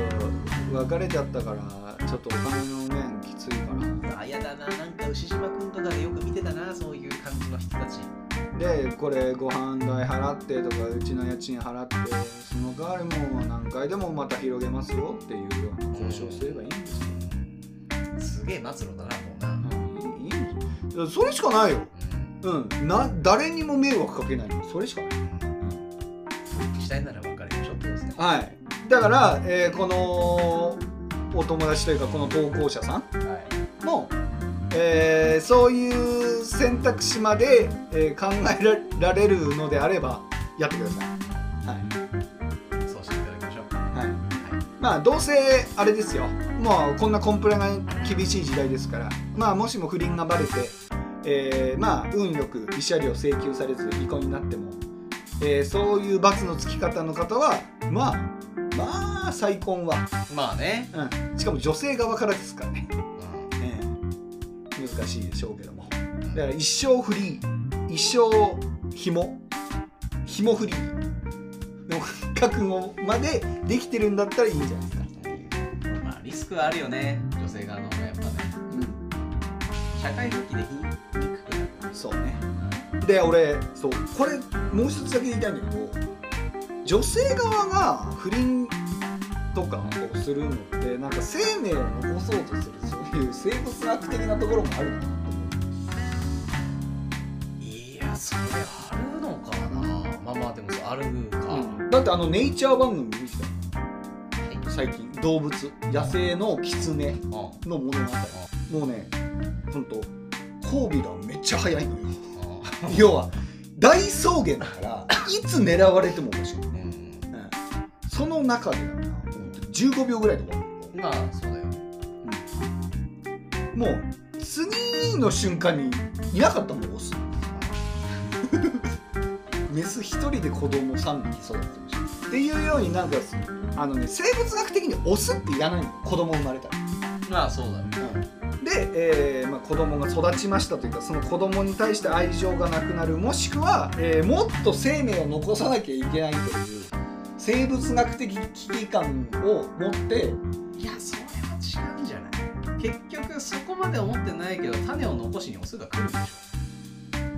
[SPEAKER 2] 別れちゃったからちょっとお金の面きついから
[SPEAKER 3] あやだななんか牛島くんとかでよく見てたなそういう感じの人たち
[SPEAKER 2] でこれご飯代払ってとかうちの家賃払ってその代わりもう何回でもまた広げますよっていうような交渉をすればいいんですよ、
[SPEAKER 3] すげえ末路だなもうな、
[SPEAKER 2] うん、いいんですよそれしかないようんな誰にも迷惑かけないのそれしかない
[SPEAKER 3] 復帰したいなら別れましょうってことですね
[SPEAKER 2] はいだから、えーこのお友達というかこの投稿者さん
[SPEAKER 3] は
[SPEAKER 2] も、えーそういう選択肢まで、えー考えられるのであればやってくださいはい
[SPEAKER 3] いそうしていただきましょう
[SPEAKER 2] はい、まあどうせあれですよもうこんなコンプラが厳しい時代ですからまあもしも不倫がバレて、えーまあ運よく慰謝料請求されず離婚になっても、えーそういう罰のつき方の方はまあまあ再婚は、
[SPEAKER 3] まあね、
[SPEAKER 2] うん、しかも女性側からですからね、
[SPEAKER 3] うん
[SPEAKER 2] ええ難しいでしょうけどもだから一生フリー一生紐紐フリーの覚悟までできてるんだったらいいんじゃないですか
[SPEAKER 3] まあリスクはあるよね女性側の方がやっぱね社会復帰できにくくなる
[SPEAKER 2] そうねで俺そうこれもう一つだけ言いたいんだけど女性側が不倫とかをするのってなんか生命を残そうとするそういう生物学的なところもあるのかなと思
[SPEAKER 3] いやそれあるのかなまあまあでもそうあるか、
[SPEAKER 2] う、だってあのネイチャー番組見て
[SPEAKER 3] はい
[SPEAKER 2] たの最近動物野生のキツネ
[SPEAKER 3] うん
[SPEAKER 2] の物語もうねほんと交尾がめっちゃ早い のよ要は大草原だからいつ狙われてもおかしい、
[SPEAKER 3] うんうん
[SPEAKER 2] うんその中でだからもう15秒ぐらいで終わる
[SPEAKER 3] うんまあそうだよ
[SPEAKER 2] もう次の瞬間にいなかったもんオスメス一人で子供3匹育ててましたっていうようになんかあのね生物学的にオスっていらないの子供生まれたら。
[SPEAKER 3] まあそうだね
[SPEAKER 2] で、えーまあ、子供が育ちましたというかその子供に対して愛情がなくなるもしくは、えーもっと生命を残さなきゃいけないという生物学的危機感を持って
[SPEAKER 3] いやそれは違うんじゃない結局そこまで思ってないけど種を残しにオスが来るでしょ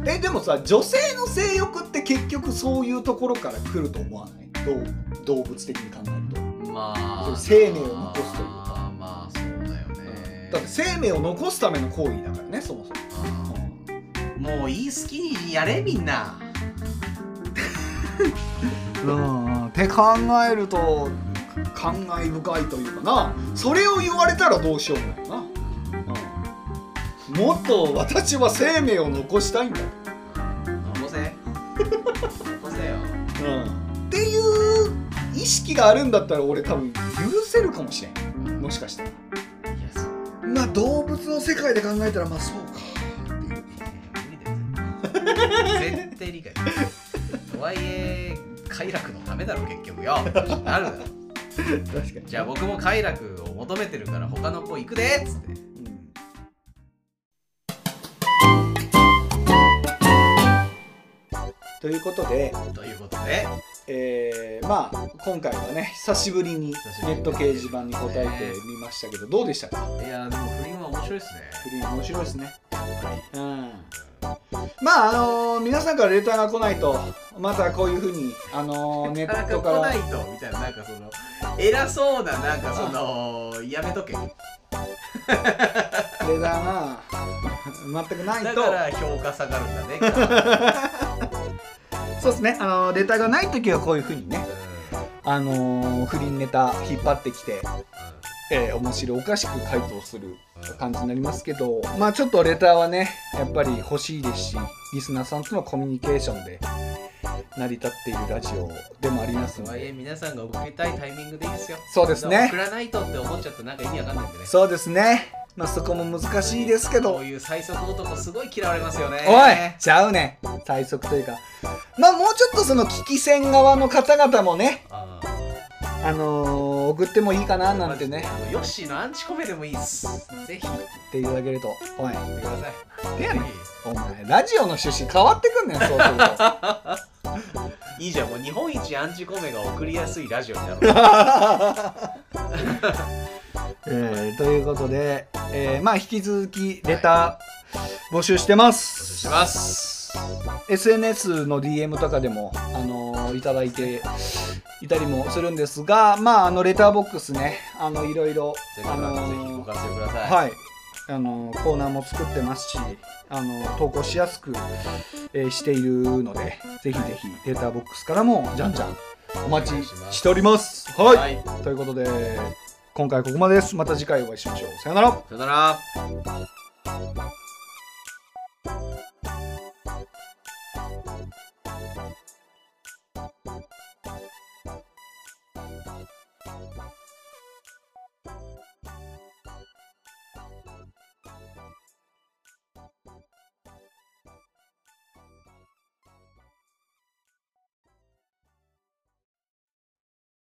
[SPEAKER 2] えでもさ女性の性欲って結局そういうところから来ると思わないどう動物的に考える
[SPEAKER 3] まあ
[SPEAKER 2] そう生命を残すという
[SPEAKER 3] かまあそうだよね
[SPEAKER 2] とだって生命を残すための行為だからねそもそも
[SPEAKER 3] もういい好きにやれみんな
[SPEAKER 2] うんって考えると感慨深いというかなそれを言われたらどうしようもないな、うん、もっと私は生命を残したいんだ、
[SPEAKER 3] 残せ残せよ
[SPEAKER 2] うん、っていう意識があるんだったら俺多分許せるかもしれんもしかしたら
[SPEAKER 3] いやそう
[SPEAKER 2] まあ動物の世界で考えたらまあそうか
[SPEAKER 3] 無理だよ絶対絶対理解とはいえ快楽のためだろ結局よなるだろ
[SPEAKER 2] 確かに
[SPEAKER 3] じゃあ僕も快楽を求めてるから他の子行くでっつって
[SPEAKER 2] うんということで、
[SPEAKER 3] ということで
[SPEAKER 2] えーまあ今回はね久しぶりにネット掲示板に答えてみましたけどどうでしたか
[SPEAKER 3] いやでも不倫は面白いですね
[SPEAKER 2] フリー面白いですね
[SPEAKER 3] やっぱり
[SPEAKER 2] うんまああのー皆さんからレターが来ないとまたこういうふうにあのーネ
[SPEAKER 3] なか
[SPEAKER 2] ッ
[SPEAKER 3] なか
[SPEAKER 2] トか
[SPEAKER 3] 来
[SPEAKER 2] ら
[SPEAKER 3] ないとみたいななんかその偉そうななんかそのやめとけ
[SPEAKER 2] レターが 全くない
[SPEAKER 3] だ
[SPEAKER 2] と
[SPEAKER 3] から評価下がるんだねうん
[SPEAKER 2] そうですねあのーレターがない時はこういうふうにねあのー不倫ネタ引っ張ってきて、えー面白おかしく回答する感じになりますけどまあちょっとレターはねやっぱり欲しいですしリスナーさんとのコミュニケーションで成り立っているラジオでもあります
[SPEAKER 3] と
[SPEAKER 2] の
[SPEAKER 3] はいえ
[SPEAKER 2] で
[SPEAKER 3] 皆さんが送りたいタイミングでいいですよ
[SPEAKER 2] そうですね
[SPEAKER 3] 送らないとって思っちゃってなんか意味わかんないんでね
[SPEAKER 2] そうですねまあそこも難しいですけ
[SPEAKER 3] こ
[SPEAKER 2] ど
[SPEAKER 3] ういう最速男すごい嫌われますよね
[SPEAKER 2] おいちゃうね最速というかまあもうちょっとその聞き戦側の方々もね
[SPEAKER 3] あ
[SPEAKER 2] あのー送ってもいいかな
[SPEAKER 3] ー
[SPEAKER 2] なんてね
[SPEAKER 3] マジであのヨッシーのアンチコメでもいいっすぜひ送っ
[SPEAKER 2] っていただけるとおい
[SPEAKER 3] てください
[SPEAKER 2] てや
[SPEAKER 3] ぜ
[SPEAKER 2] ねんお前ラジオの趣旨変わってくんねんそうすると。
[SPEAKER 3] ひいいじゃんもう日本一アンチコメが送りやすいラジオになる
[SPEAKER 2] えーということで、えーまあ引き続きレター募集してます、
[SPEAKER 3] します
[SPEAKER 2] SNS の DM とかでも、あのーいただいていたりもするんですがまああのレターボックスねあのいろいろ
[SPEAKER 3] ぜひ
[SPEAKER 2] あの
[SPEAKER 3] ぜひご活用ください、
[SPEAKER 2] はいあのーコーナーも作ってますしあのー投稿しやすく、えーしているのでぜひぜひレターボックスからもじゃんじゃんお待ちしておりますはい
[SPEAKER 3] はい、
[SPEAKER 2] ということで今回はここまでですまた次回お会いしましょうさよなら
[SPEAKER 3] さよなら